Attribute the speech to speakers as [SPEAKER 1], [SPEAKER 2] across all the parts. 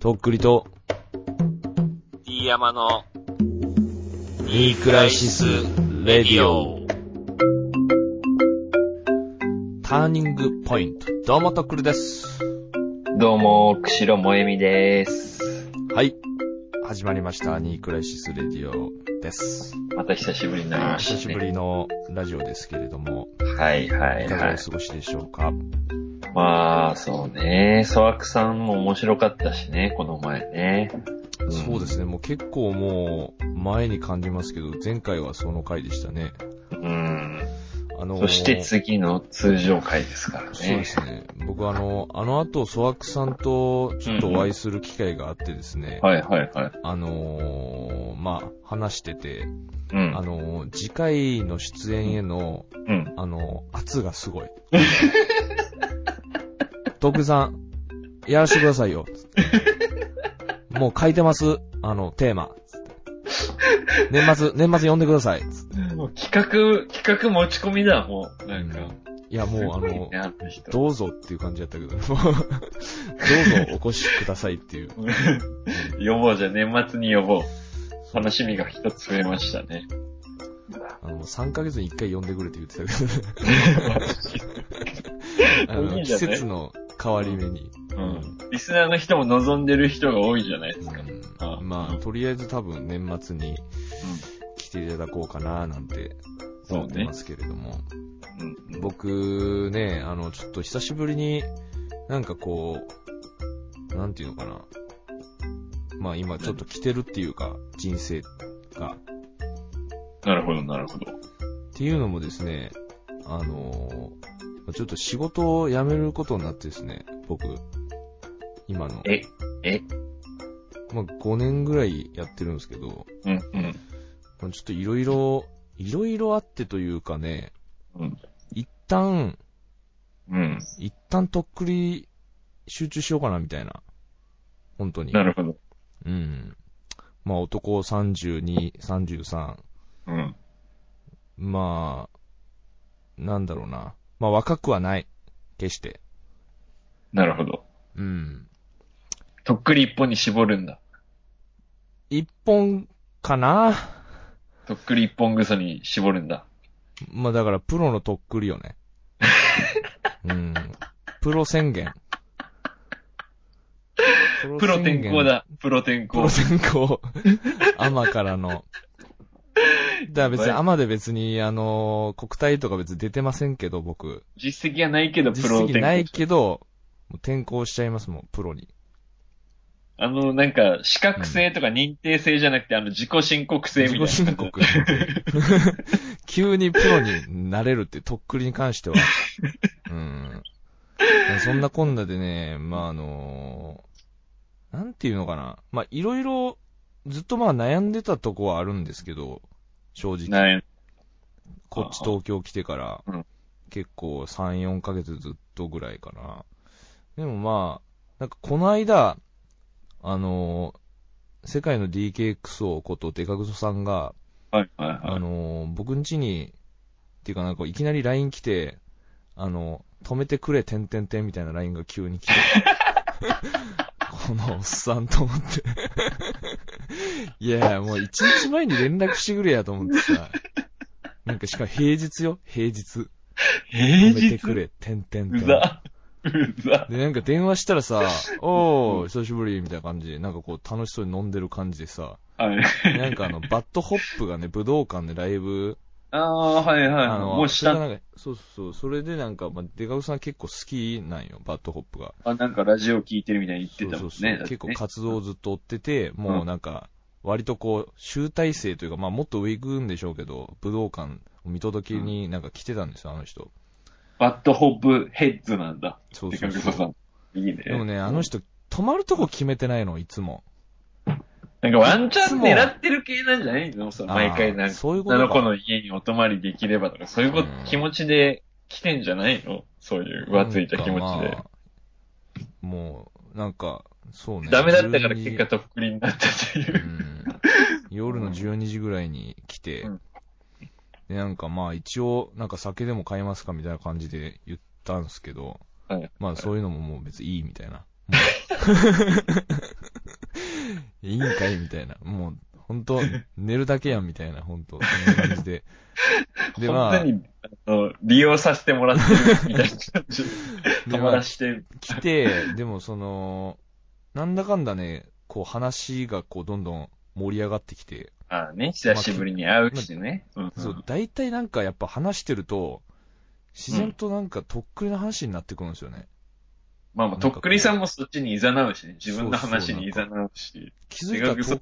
[SPEAKER 1] とっくりと、
[SPEAKER 2] 飯山の
[SPEAKER 1] ニークライシス・レディオ。ターニングポイント。どうもとっくりです。
[SPEAKER 3] どうも、くしろもえみです。
[SPEAKER 1] はい。始まりました。ニークライシス・レディオです。
[SPEAKER 3] また久しぶりになりました、
[SPEAKER 1] 久
[SPEAKER 3] ね。
[SPEAKER 1] しぶりのラジオですけれども、
[SPEAKER 3] はいはい
[SPEAKER 1] いかが
[SPEAKER 3] は
[SPEAKER 1] お
[SPEAKER 3] い。
[SPEAKER 1] 過ごしでしょうか。
[SPEAKER 3] まあ、そうね。ソワクさんも面白かったしね、この前ね。ん
[SPEAKER 1] そうですね。もう結構もう前に感じますけど、前回はその回でしたね。
[SPEAKER 3] うん。
[SPEAKER 1] あのー
[SPEAKER 3] そして次の通常回ですから
[SPEAKER 1] そうで
[SPEAKER 3] ね。
[SPEAKER 1] すね。僕あの、あの後、ソワクさんとちょっとお会いする機会があってですね、
[SPEAKER 3] はいはいはい。
[SPEAKER 1] あのーまあ、話してて、あ
[SPEAKER 3] うん。
[SPEAKER 1] のー次回の出演への、
[SPEAKER 3] うん。
[SPEAKER 1] あのー圧がす ごい。徳井さん、やらしてくださいよ。つってもう書いてます。あの、テーマ。つって年末、年末呼んでください。つって
[SPEAKER 3] もう企画、企画持ち込みだ、もう。なんか。
[SPEAKER 1] いや、もうあ
[SPEAKER 3] すご
[SPEAKER 1] の
[SPEAKER 3] いね、、あの人。
[SPEAKER 1] どうぞっていう感じだったけど、も うどうぞお越しくださいっていう。
[SPEAKER 3] 呼ぼうじゃ、年末に呼ぼう。楽しみが一つ増えましたね。
[SPEAKER 1] あの、3ヶ月に1回呼んでくれって言ってたけど、あ
[SPEAKER 3] い
[SPEAKER 1] の、
[SPEAKER 3] い
[SPEAKER 1] 季
[SPEAKER 3] じゃない
[SPEAKER 1] 節の変わり目に。
[SPEAKER 3] うん。リスナーの人も望んでる人が多いじゃないですか。
[SPEAKER 1] う
[SPEAKER 3] あ
[SPEAKER 1] ん、ま
[SPEAKER 3] う
[SPEAKER 1] あ、
[SPEAKER 3] ん
[SPEAKER 1] とりあえず多分年末に来ていただこうかななんて
[SPEAKER 3] そう
[SPEAKER 1] 思
[SPEAKER 3] ね
[SPEAKER 1] ってますけれども、
[SPEAKER 3] うん。うん
[SPEAKER 1] 僕ね、あの、ちょっと久しぶりになんかこう、なんていうのかな。まあ今ちょっと来てるっていうか、人生が。
[SPEAKER 3] なるほど、なるほど。
[SPEAKER 1] っていうのもですね、あのーちょっと仕事を辞めることになってですね、僕、今の、
[SPEAKER 3] え、え、
[SPEAKER 1] まあ、5年ぐらいやってるんですけど、
[SPEAKER 3] うん、うん、
[SPEAKER 1] まあちょっといろいろ、いろいろあってというかね、
[SPEAKER 3] うん
[SPEAKER 1] 一旦、
[SPEAKER 3] うん。
[SPEAKER 1] 一旦とっくり集中しようかなみたいな。本当に。
[SPEAKER 3] なるほど。
[SPEAKER 1] うん。まあ男32、33、
[SPEAKER 3] うん。
[SPEAKER 1] まあ、なんだろうな。まあ若くはない。決して。
[SPEAKER 3] なるほど。
[SPEAKER 1] うん。
[SPEAKER 3] とっくり一本に絞るんだ。
[SPEAKER 1] 一本かな
[SPEAKER 3] とっくり一本ぐそに絞るんだ。
[SPEAKER 1] まあだからプロのとっくりよ ね。うん。プロ宣言。
[SPEAKER 3] プロ
[SPEAKER 1] 宣
[SPEAKER 3] 転
[SPEAKER 1] 言
[SPEAKER 3] 校。だ。プロ転
[SPEAKER 1] プ
[SPEAKER 3] 校
[SPEAKER 1] ロ。転校。アマからの。だから別に、
[SPEAKER 3] はい
[SPEAKER 1] アマで別に、あのー国体とか別に出てませんけど、僕。
[SPEAKER 3] 実績がないけど、プ
[SPEAKER 1] 実
[SPEAKER 3] ロ
[SPEAKER 1] 績
[SPEAKER 3] 転
[SPEAKER 1] ない
[SPEAKER 3] 校。
[SPEAKER 1] けど、もう転校しちゃいますもん、プロに。
[SPEAKER 3] あの、なんか、資格制とか認定制じゃなくて、あの、自己申告制みた
[SPEAKER 1] 自
[SPEAKER 3] い
[SPEAKER 1] 己申
[SPEAKER 3] な。
[SPEAKER 1] 告。急にプロになれるって、とっくりに関しては。うん。そんなこんなでね、まあ、あのなんていうのかな。まあ、いろいろ、ずっとまあ悩んでたとこはあるんですけど、正直。
[SPEAKER 3] ない。
[SPEAKER 1] こっち東京来てから
[SPEAKER 3] うん、
[SPEAKER 1] 結構3、4ヶ月ずっとぐらいかな。でもまあ、なんかこの間、あのー世界の DKXO ことデカグソさんが、
[SPEAKER 3] はい、はい、
[SPEAKER 1] あ
[SPEAKER 3] はい。
[SPEAKER 1] のー僕ん家に、っていうかなんかいきなり LINE 来て、あの、止めてくれ、てんてんてんみたいな LINE が急に 来て、このおっさんと思って。いやいや、もう一日前に連絡してくれやと思ってさ。なんかしかも平日よ、平日。
[SPEAKER 3] 平
[SPEAKER 1] 止めて
[SPEAKER 3] 日
[SPEAKER 1] くれ、てんてんて。
[SPEAKER 3] うんざ。うざ。
[SPEAKER 1] で、なんか電話したらさ、おー、久しぶり、みたいな感じで、なんかこう楽しそうに飲んでる感じでさ、
[SPEAKER 3] はい。
[SPEAKER 1] なんかあの、バッドホップがね、武道館でライブ
[SPEAKER 3] ああ、はい、はい。
[SPEAKER 1] あの、
[SPEAKER 3] もう
[SPEAKER 1] それが
[SPEAKER 3] 下。
[SPEAKER 1] なんかそうそう、それでなんか、まあ、デカグさん結構好きなんよ、バッドホップが。
[SPEAKER 3] あ、なんかラジオ聞いてるみたいに言ってた
[SPEAKER 1] そう
[SPEAKER 3] もんね。
[SPEAKER 1] そうそう
[SPEAKER 3] だってね
[SPEAKER 1] 結構活動をずっと追ってて、もうなんか、割とこう、集大成というか、まあもっと上行くんでしょうけど、武道館を見届けになんか来てたんですよ、あの人。
[SPEAKER 3] バッドホップヘッズなんだ。
[SPEAKER 1] そう
[SPEAKER 3] で
[SPEAKER 1] そ
[SPEAKER 3] か
[SPEAKER 1] う
[SPEAKER 3] く そ
[SPEAKER 1] そう。
[SPEAKER 3] さん。いいね。
[SPEAKER 1] でもね、あの人、泊まるとこ決めてないの、いつも。
[SPEAKER 3] なんかワンチャン狙ってる系なんじゃないのその毎回
[SPEAKER 1] あ
[SPEAKER 3] な
[SPEAKER 1] ー
[SPEAKER 3] んか、
[SPEAKER 1] そういうこと
[SPEAKER 3] 女
[SPEAKER 1] か
[SPEAKER 3] の子の家にお泊まりできればとか、そういうこと
[SPEAKER 1] うん
[SPEAKER 3] 気持ちで来てんじゃないのそういう浮ついた気持ち
[SPEAKER 1] なん
[SPEAKER 3] で
[SPEAKER 1] か。まあもう、なんか、そうね。
[SPEAKER 3] ダメだったから
[SPEAKER 1] 12
[SPEAKER 3] 結果とっくりになったというう。
[SPEAKER 1] ん夜の12時ぐらいに来て、
[SPEAKER 3] うん
[SPEAKER 1] で、なんかまあ一応、なんか酒でも買いますかみたいな感じで言ったんですけど、
[SPEAKER 3] はい
[SPEAKER 1] まあそういうのももう別にいいみたいな。いいんかいみたいな。もう、本当寝るだけやんみたいな、本当そんな感じ で。で、ま
[SPEAKER 3] 本
[SPEAKER 1] あ
[SPEAKER 3] 当、に、あの、利用させてもらってるみたいな感じで。
[SPEAKER 1] でま
[SPEAKER 3] 泊ま
[SPEAKER 1] あ
[SPEAKER 3] ら、して、
[SPEAKER 1] 来て、でもその、なんだかんだね、こう話がこうどんどん盛り上がってきて、
[SPEAKER 3] ああね、久しぶりに会うしね。うんうん
[SPEAKER 1] そう、大体なんかやっぱ話してると、自然となんかとっくりの話になってくるんですよね。
[SPEAKER 3] まあまあ、とっくりさんもそっちに誘うしね。自分の話に誘
[SPEAKER 1] そう
[SPEAKER 3] うし。
[SPEAKER 1] 気づ
[SPEAKER 3] せ
[SPEAKER 1] い
[SPEAKER 3] が
[SPEAKER 1] た
[SPEAKER 3] ぐ
[SPEAKER 1] ら
[SPEAKER 3] さ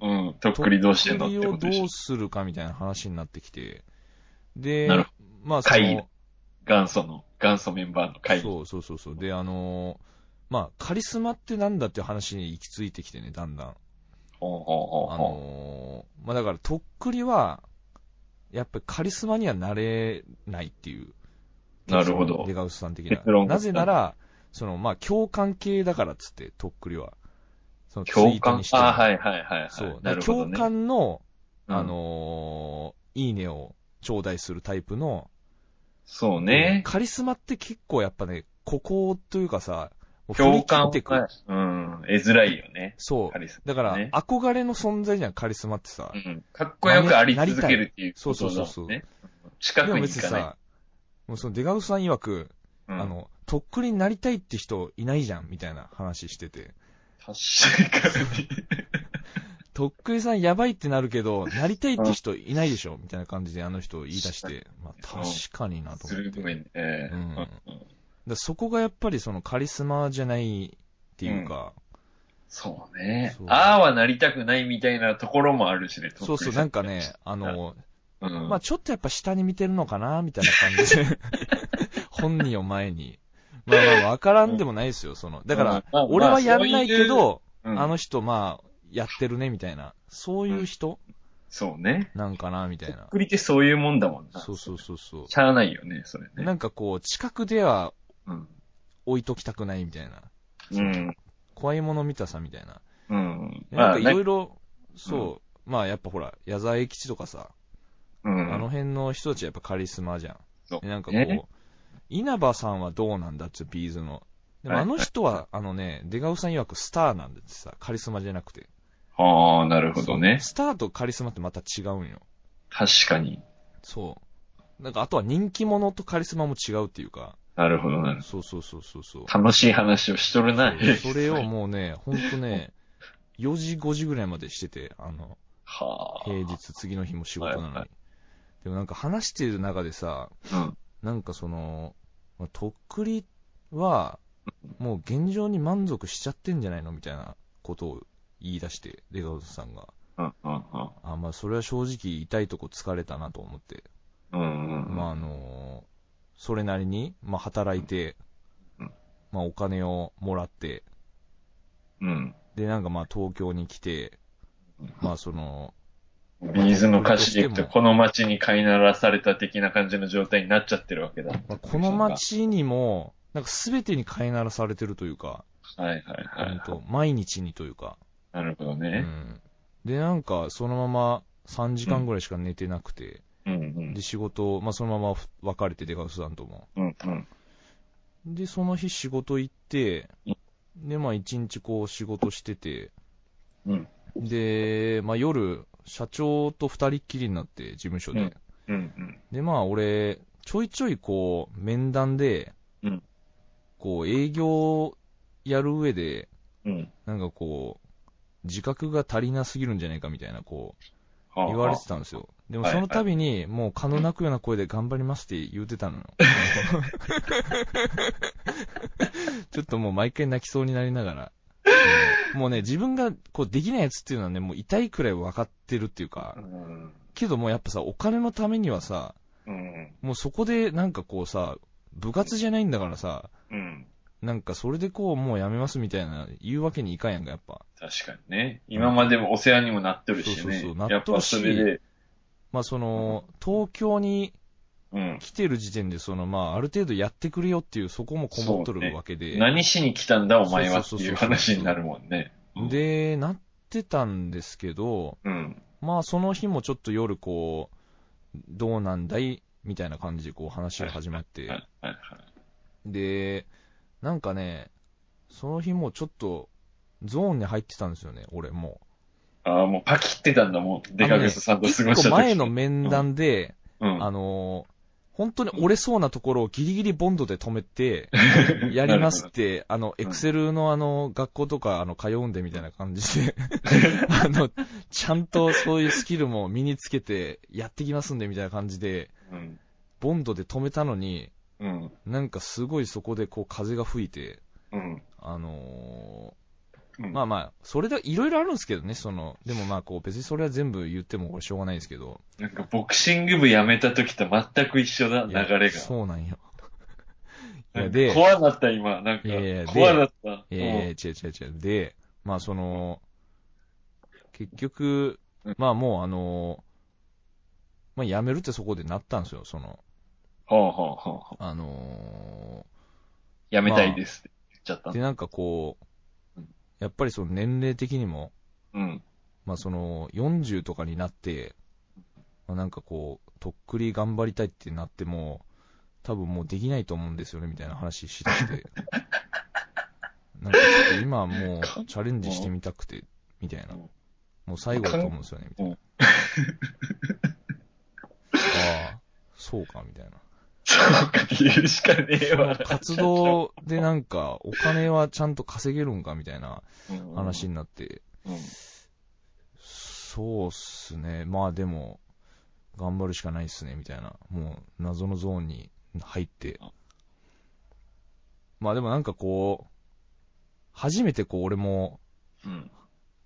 [SPEAKER 1] と
[SPEAKER 3] んも、うん、とっくりどうしてんのっ
[SPEAKER 1] とってくり
[SPEAKER 3] こ
[SPEAKER 1] を
[SPEAKER 3] とでし
[SPEAKER 1] ど
[SPEAKER 3] ょ
[SPEAKER 1] う。するかみたいな話になってきて、で
[SPEAKER 3] なるほ、
[SPEAKER 1] まあそ
[SPEAKER 3] 会議
[SPEAKER 1] の、
[SPEAKER 3] 元祖の、元祖メンバーの会議。
[SPEAKER 1] そうそうそうそう。で、あのーまあ、カリスマってなんだっていう話に行き着いてきてね、だんだん。
[SPEAKER 3] ほうほうほう
[SPEAKER 1] あ
[SPEAKER 3] ほ
[SPEAKER 1] のーまあだから、とっくりは、やっぱりカリスマにはなれないっていう。
[SPEAKER 3] う。なるほど
[SPEAKER 1] デ。ガウスさん的な
[SPEAKER 3] 結論。が
[SPEAKER 1] なぜなら、その、まあ、共感系だからっつって、とっくりは。その
[SPEAKER 3] 共感。
[SPEAKER 1] しても
[SPEAKER 3] ああ、はいはいはいはい。
[SPEAKER 1] そう。
[SPEAKER 3] な
[SPEAKER 1] だから
[SPEAKER 3] るほど
[SPEAKER 1] 共
[SPEAKER 3] ね。
[SPEAKER 1] 感の、
[SPEAKER 3] うん
[SPEAKER 1] あ、のーいいねを頂戴するタイプの、
[SPEAKER 3] そうね。
[SPEAKER 1] カリスマって結構やっぱね、ここというかさ、もう振り
[SPEAKER 3] 共
[SPEAKER 1] 切
[SPEAKER 3] 感
[SPEAKER 1] ってくる
[SPEAKER 3] は、うん、得づらいよね。
[SPEAKER 1] そ
[SPEAKER 3] カ
[SPEAKER 1] う。
[SPEAKER 3] リス
[SPEAKER 1] だから
[SPEAKER 3] ね、
[SPEAKER 1] 憧れの存在じゃん、カリスマってさ
[SPEAKER 3] マ。。うん。かっこよくあり続けるっていう
[SPEAKER 1] そ
[SPEAKER 3] こ
[SPEAKER 1] うそ
[SPEAKER 3] と
[SPEAKER 1] う
[SPEAKER 3] だ
[SPEAKER 1] そうそ
[SPEAKER 3] もん
[SPEAKER 1] う
[SPEAKER 3] ね。うん近
[SPEAKER 1] で
[SPEAKER 3] く
[SPEAKER 1] も
[SPEAKER 3] に
[SPEAKER 1] 別
[SPEAKER 3] 行
[SPEAKER 1] に
[SPEAKER 3] かない。
[SPEAKER 1] さ、もうそのデガウスさん曰く、
[SPEAKER 3] うん
[SPEAKER 1] あの、とっくりになりたいって人いないじゃん、みたいな話してて。
[SPEAKER 3] 確かに。
[SPEAKER 1] とっくりさんやばいってなるけど、なりたいって人いないでしょ、みたいな感じであの人言い出して。まあ確かになと思
[SPEAKER 3] ずる
[SPEAKER 1] って。
[SPEAKER 3] ごいね。ええ
[SPEAKER 1] うんだそこがやっぱりそのカリスマじゃないっていうか、
[SPEAKER 3] そうね
[SPEAKER 1] そう。
[SPEAKER 3] ああはなりたくないみたいなところもあるしね。
[SPEAKER 1] そうそう、なんかね、あの、
[SPEAKER 3] 特に、うん、
[SPEAKER 1] まあちょっとやっぱ下に見てるのかな、みたいな感じ で、本人を前に。まあまあわからんでもないですよ、その。だから、
[SPEAKER 3] ら
[SPEAKER 1] 俺はやんないけ、ど、
[SPEAKER 3] まあまあそういううん
[SPEAKER 1] あの人まあ、やってるね、みたいな。そういう人
[SPEAKER 3] そうね。
[SPEAKER 1] なんかな、みたいな。
[SPEAKER 3] 作りってそういうもんだもんな。
[SPEAKER 1] そうそうそうそ
[SPEAKER 3] しゃあないよね、それ
[SPEAKER 1] う。
[SPEAKER 3] ね。
[SPEAKER 1] なんかこう、近くでは
[SPEAKER 3] うん。
[SPEAKER 1] 置いときたくないみたいな。
[SPEAKER 3] うん。
[SPEAKER 1] 怖いもの見たさみたいな。
[SPEAKER 3] うん。
[SPEAKER 1] なんかいろい
[SPEAKER 3] ろ、
[SPEAKER 1] ろ、そう、まあやっぱほら、矢沢永吉とかさ、
[SPEAKER 3] うん。
[SPEAKER 1] あの辺の人たちはやっぱカリスマじゃん。
[SPEAKER 3] そう
[SPEAKER 1] でなんか
[SPEAKER 3] ね
[SPEAKER 1] こう、稲葉さんはどうなんだっていうビーズの。でも
[SPEAKER 3] はい
[SPEAKER 1] あの人は、あのね、出川さん曰くスターなんだってさ、カリスマじゃなくて。
[SPEAKER 3] ああ、なるほどね。
[SPEAKER 1] スターとカリスマってまた違うんよ。
[SPEAKER 3] 確かに。
[SPEAKER 1] そう。なんかあとは人気者とカリスマも違うっていうか、
[SPEAKER 3] なるほどなるほ
[SPEAKER 1] そうそうそうそうそう。
[SPEAKER 3] ど。楽しい話をしとるな。
[SPEAKER 1] そうそれをもうね、ほんとね、4時5時ぐらいまでしてて、あの、
[SPEAKER 3] はあ。
[SPEAKER 1] 平日、次の日も仕事な
[SPEAKER 3] はい
[SPEAKER 1] の
[SPEAKER 3] は
[SPEAKER 1] に。でもなんか話してる中でさ、
[SPEAKER 3] うん。
[SPEAKER 1] なんかその、まあとっくりは、もう現状に満足しちゃってんじゃないのみたいなことを言い出して、レガウスさんが。
[SPEAKER 3] うん。うん。
[SPEAKER 1] あ、まあそれは正直痛いとこ疲れたなと思って。
[SPEAKER 3] うん。うん。
[SPEAKER 1] まああのそれなりに、まあ働いて
[SPEAKER 3] うん、
[SPEAKER 1] まあお金をもらって、
[SPEAKER 3] うん。
[SPEAKER 1] で、なんかまあ東京に来て、まあその、
[SPEAKER 3] ビーズの歌詞でいくと、この街に飼いならされた的な感じの状態になっちゃってるわけだ。
[SPEAKER 1] まあ、この街にも、なんか全てに飼いならされてるというか、
[SPEAKER 3] はいはいはいはい。
[SPEAKER 1] ほんと毎日にというか、
[SPEAKER 3] なるほど
[SPEAKER 1] う
[SPEAKER 3] ね。
[SPEAKER 1] ん、で、なんかそのまま3時間ぐらいしか寝てなくて、
[SPEAKER 3] うんうん
[SPEAKER 1] で、。仕事、まあそのまま別れて、デカウスさんとも。
[SPEAKER 3] うんうん。
[SPEAKER 1] で、その日仕事行って
[SPEAKER 3] う、
[SPEAKER 1] で、まあ一日こう仕事してて、
[SPEAKER 3] うん
[SPEAKER 1] で、まあ夜、社長と二人っきりになって、事務所で。
[SPEAKER 3] うんうん
[SPEAKER 1] で、まあ俺、ちょいちょいこう、面談で、
[SPEAKER 3] うん
[SPEAKER 1] こう、営業やる上で、
[SPEAKER 3] うん。うん。
[SPEAKER 1] なんかこう、自覚が足りなすぎるんじゃないかみたいな、こう、
[SPEAKER 3] はあ
[SPEAKER 1] 言われてたんですよ。でも
[SPEAKER 3] はい
[SPEAKER 1] その度に、もう可能なくような声で頑張りますって言うてた のよ。ちょっともう毎回泣きそうになりながら。もうね、自分がこうできないやつっていうのはね、もう痛いくらい分かってるっていうか
[SPEAKER 3] う、ん。
[SPEAKER 1] けどもうやっぱさ、お金のためにはさ、
[SPEAKER 3] うん。
[SPEAKER 1] もうそこでなんかこうさ、部活じゃないんだからさ、
[SPEAKER 3] うん。
[SPEAKER 1] なんかそれでこうもうやめますみたいな言うわけにいかんやんか、やっぱ。
[SPEAKER 3] 確かにね。今までもお世話にもなってるし
[SPEAKER 1] そうそうそう
[SPEAKER 3] ね
[SPEAKER 1] な。
[SPEAKER 3] や
[SPEAKER 1] っ
[SPEAKER 3] っ
[SPEAKER 1] とる
[SPEAKER 3] ぱ
[SPEAKER 1] し
[SPEAKER 3] それで、
[SPEAKER 1] まあその、東京に
[SPEAKER 3] うん。
[SPEAKER 1] 来てる時点でそのまあある程度やってくれよっていうそこもこもっと
[SPEAKER 3] そうね
[SPEAKER 1] るわけで、
[SPEAKER 3] 何しに来たんだお前はって
[SPEAKER 1] そうそうそう
[SPEAKER 3] い
[SPEAKER 1] うそう
[SPEAKER 3] 話になるもんね。うん、
[SPEAKER 1] で、なってたんですけど、
[SPEAKER 3] うん。
[SPEAKER 1] まあその日もちょっと夜こう、どうなんだいみたいな感じでこう話が始まっ
[SPEAKER 3] はいは
[SPEAKER 1] て、
[SPEAKER 3] いはい。
[SPEAKER 1] で、なんかね、その日もちょっと、ゾーンに入ってたんですよね、俺も
[SPEAKER 3] ああ、もうパキってたんだ、もう。デカゲスさん
[SPEAKER 1] う。
[SPEAKER 3] と過
[SPEAKER 1] 一
[SPEAKER 3] ごし
[SPEAKER 1] 個
[SPEAKER 3] た時。
[SPEAKER 1] 前の面談で、
[SPEAKER 3] うん。
[SPEAKER 1] あのー本当に折れそうなところをギリギリボンドで止め て、やりますって、あの、エ
[SPEAKER 3] ん
[SPEAKER 1] クセルのあの、学校とか、あの、通うんでみたいな感じ で、あの、ちゃんとそういうスキルも身につけて、やってきますんでみたいな感じで、
[SPEAKER 3] うん。
[SPEAKER 1] ボンドで止めたのに、
[SPEAKER 3] うん。
[SPEAKER 1] なんかすごいそこでこう風が吹いて、
[SPEAKER 3] うん。
[SPEAKER 1] あの
[SPEAKER 3] う
[SPEAKER 1] ー
[SPEAKER 3] ん
[SPEAKER 1] まあまあ、それでいろいろあるんですけどね、その、でもまあこう、別にそれは全部言ってもこれしょうがないんですけど。
[SPEAKER 3] なんかボクシング部辞めた時と全く一緒だ、
[SPEAKER 1] い
[SPEAKER 3] 流
[SPEAKER 1] や
[SPEAKER 3] れが。
[SPEAKER 1] そうなんよ。い
[SPEAKER 3] な
[SPEAKER 1] や、
[SPEAKER 3] ん
[SPEAKER 1] で
[SPEAKER 3] か、怖だった今、なんか
[SPEAKER 1] いやいやで。
[SPEAKER 3] 怖だった。
[SPEAKER 1] ええ違う違う違う。で、まあその、結局
[SPEAKER 3] うん、
[SPEAKER 1] まあもうあの、まあ辞めるってそこでなったんですよ、その、
[SPEAKER 3] ほうほうほうほう。
[SPEAKER 1] あの
[SPEAKER 3] 辞めたいですって言っちゃった
[SPEAKER 1] ー
[SPEAKER 3] の
[SPEAKER 1] で、なんかこう
[SPEAKER 3] うん、
[SPEAKER 1] やっぱりその年齢的にも、
[SPEAKER 3] うん。
[SPEAKER 1] まあその、40とかになって、まあ、なんかこう、とっくり頑張りたいってなっても、多分もうできないと思うんですよね、みたいな話しだ して。なんかちょっと今はもうチャレンジしてみたくて、みたいな
[SPEAKER 3] うん。
[SPEAKER 1] もう最後だと思うんですよね、みたいな。ああ、そうか、みたいな。
[SPEAKER 3] そうか、言うしかねえわ。
[SPEAKER 1] 活動でなんか、お金はちゃんと稼げるんか、みたいな話
[SPEAKER 3] うん。
[SPEAKER 1] になって。
[SPEAKER 3] うん
[SPEAKER 1] そうっすね。まあでも、頑張るしかないっすね、みたいな。もう、謎のゾーンに入って
[SPEAKER 3] あ。
[SPEAKER 1] まあでもなんかこう、初めてこう、俺も、
[SPEAKER 3] うん。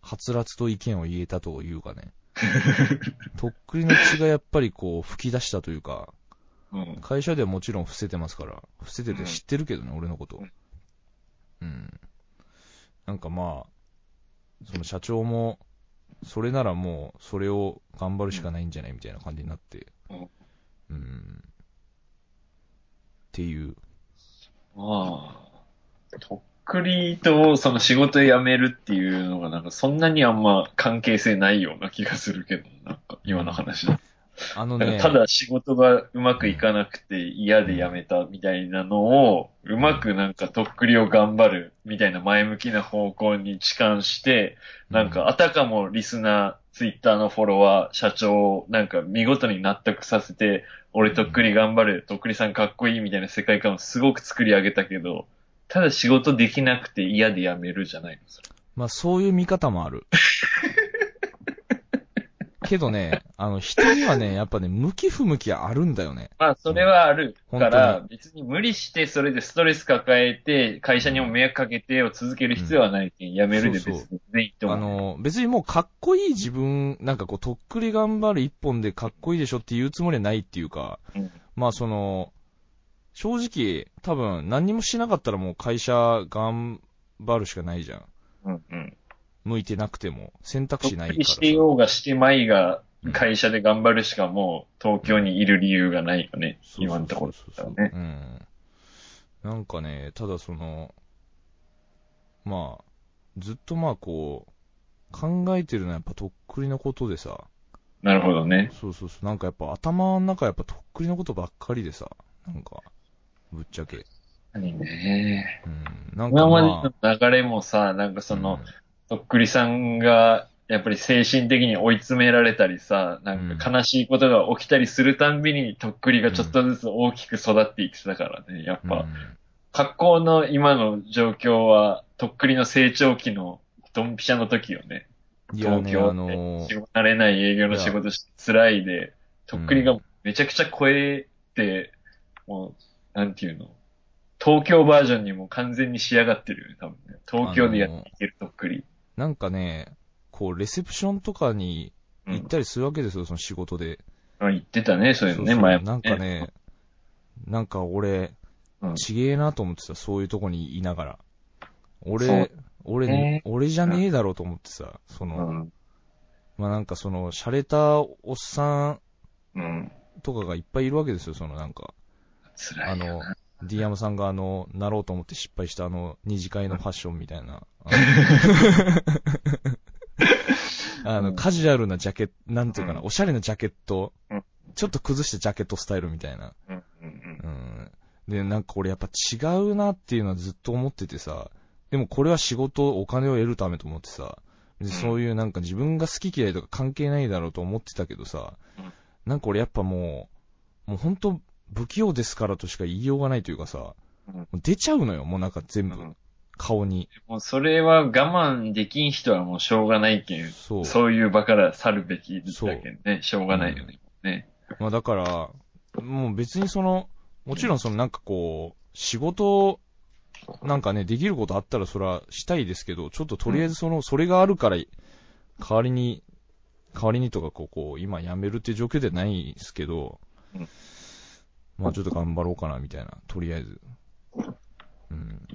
[SPEAKER 1] はつらつと意見を言えたというかね。とっくりの血がやっぱりこう、吹き出したというか、
[SPEAKER 3] うん。
[SPEAKER 1] 会社ではもちろん伏せてますから、伏せて
[SPEAKER 3] う
[SPEAKER 1] て
[SPEAKER 3] ん
[SPEAKER 1] 知ってるけどね、俺のこと
[SPEAKER 3] うん。
[SPEAKER 1] うん。なんかまあ、その社長も、それならもう、それを頑張るしかないんじゃないみたいな感じになって
[SPEAKER 3] うん。
[SPEAKER 1] うん。っていう。
[SPEAKER 3] まあ、とっくりとその仕事辞めるっていうのがなんかそんなにあんま関係性ないような気がするけど、なんか今の話だと
[SPEAKER 1] あの
[SPEAKER 3] なん
[SPEAKER 1] ね
[SPEAKER 3] か、 ただ仕事がうまくいかなくて嫌で辞めたみたいなのを、うまくなんかとっくりを頑張るみたいな前向きな方向に痴漢して、なんかあたかもリスナー、ツイッターのフォロワー、社長をなんか見事に納得させて、俺とっくり頑張る、とっくりさんかっこいいみたいな世界観をすごく作り上げたけど、ただ仕事できなくて嫌で辞めるじゃないのそれ
[SPEAKER 1] まあそういう見方もあ る。けどね、あの、人にはね、やっぱね、向き不向きあるんだよね。
[SPEAKER 3] まあ、それはある
[SPEAKER 1] うん
[SPEAKER 3] から
[SPEAKER 1] 本、
[SPEAKER 3] 別に無理して、それでストレス抱えて、会社にも迷惑かけてを続ける必要はないけん、辞めるで別
[SPEAKER 1] そう
[SPEAKER 3] に
[SPEAKER 1] そう
[SPEAKER 3] 全然いいと
[SPEAKER 1] あ
[SPEAKER 3] 思う。
[SPEAKER 1] の、別にもうかっこいい自分、なんかこう、とっくり頑張る一本でかっこいいでしょって言うつもりはないっていうか、
[SPEAKER 3] うん
[SPEAKER 1] まあその、正直、多分何にもしなかったらもう会社頑張るしかないじゃん。
[SPEAKER 3] うんうん。
[SPEAKER 1] 向いてなくても、選択
[SPEAKER 3] とっ
[SPEAKER 1] 肢ない
[SPEAKER 3] く
[SPEAKER 1] から
[SPEAKER 3] り
[SPEAKER 1] さ
[SPEAKER 3] してようがしてまいが
[SPEAKER 1] う、ん
[SPEAKER 3] 会社で頑張るしかもう、東京にいる理由がないよね、
[SPEAKER 1] そうそうそうそう
[SPEAKER 3] 今のところだったらね。
[SPEAKER 1] うん。なんかね、ただその、まあ、ずっとまあこう、考えてるのはやっぱとっくりのことでさ、
[SPEAKER 3] なるほどね。
[SPEAKER 1] そうそうそう、なんかやっぱ頭の中やっぱとっくりのことばっかりでさ、なんか、ぶっちゃけ。
[SPEAKER 3] 何ね。
[SPEAKER 1] うん、なんか、ま
[SPEAKER 3] 今ま
[SPEAKER 1] あ、
[SPEAKER 3] での流れもさ、なんかその、
[SPEAKER 1] うん
[SPEAKER 3] とっくりさんが、やっぱり精神的に追い詰められたりさ、なんか悲しいことが起きたりするたんびに、とっくりがちょっとずつ大きく育っていきたからね。やっ
[SPEAKER 1] う
[SPEAKER 3] ぱ、
[SPEAKER 1] ん
[SPEAKER 3] 格好の今の状況は、とっくりの成長期のドンピシャの時よね。
[SPEAKER 1] いや
[SPEAKER 3] 東
[SPEAKER 1] ね、
[SPEAKER 3] 京
[SPEAKER 1] あの
[SPEAKER 3] で仕
[SPEAKER 1] ー、
[SPEAKER 3] 事慣れない営業の仕事して辛いで、とっくりがめちゃくちゃ超えて、もう、なんていうの。東京バージョンにも完全に仕上がってるよね、多分ね。東京でやっていけるとっくり。
[SPEAKER 1] なんかね、こう、レセプションとかに
[SPEAKER 3] うん
[SPEAKER 1] 行ったりするわけですよ、その仕事で。
[SPEAKER 3] あ言ってたね、そういうの
[SPEAKER 1] そう
[SPEAKER 3] ね、
[SPEAKER 1] そう
[SPEAKER 3] 前も、
[SPEAKER 1] なんかね、なんか俺、
[SPEAKER 3] うん
[SPEAKER 1] ちげえなと思ってた、そういうとこにいながら。
[SPEAKER 3] そう
[SPEAKER 1] 俺、俺、
[SPEAKER 3] ね
[SPEAKER 1] 俺じゃねえだろうと思ってさ、そうの、
[SPEAKER 3] ん。
[SPEAKER 1] まあなんかその、洒落たおっさん
[SPEAKER 3] うん。
[SPEAKER 1] とかがいっぱいいるわけですよ、そのなんか。
[SPEAKER 3] 辛
[SPEAKER 1] あ
[SPEAKER 3] いよ
[SPEAKER 1] の
[SPEAKER 3] な。、
[SPEAKER 1] ディアムさんがあの、なろうと思って失敗したあの、二次会のファッションみたい な。あのあの、カジュアルなジャケット、なんていうかな、
[SPEAKER 3] う
[SPEAKER 1] おしゃれなジャケット
[SPEAKER 3] うん、
[SPEAKER 1] ちょっと崩したジャケットスタイルみたいな。
[SPEAKER 3] うんうんうん
[SPEAKER 1] うん。で、なんか俺やっぱ違うなっていうのはずっと思っててさ、でもこれは仕事、お金を得るためと思ってさ、でそういうなんか自分が好き嫌いとか関係ないだろうと思ってたけどさ
[SPEAKER 3] うん、
[SPEAKER 1] なんか俺やっぱもう、もう本当不器用ですからとしか言いようがないというかさ、
[SPEAKER 3] うん
[SPEAKER 1] もう出ちゃうのよ、もうなんか全部、
[SPEAKER 3] うん
[SPEAKER 1] 顔に。
[SPEAKER 3] もうそれは我慢できん人はもうしょうがないけん。
[SPEAKER 1] そう。
[SPEAKER 3] そういう場から去るべきだけんね。しょうがないよね。ね。
[SPEAKER 1] まあだから、もう別にその、もちろんそのなんかこう、仕事、なんかね、できることあったらそれはしたいですけど、ちょっととりあえずその、それがあるから、代わりに、代わりにとかこう、こう今辞めるっていう状況ではないですけど、
[SPEAKER 3] うん
[SPEAKER 1] まあちょっと頑張ろうかな、みたいな、とりあえず。うん。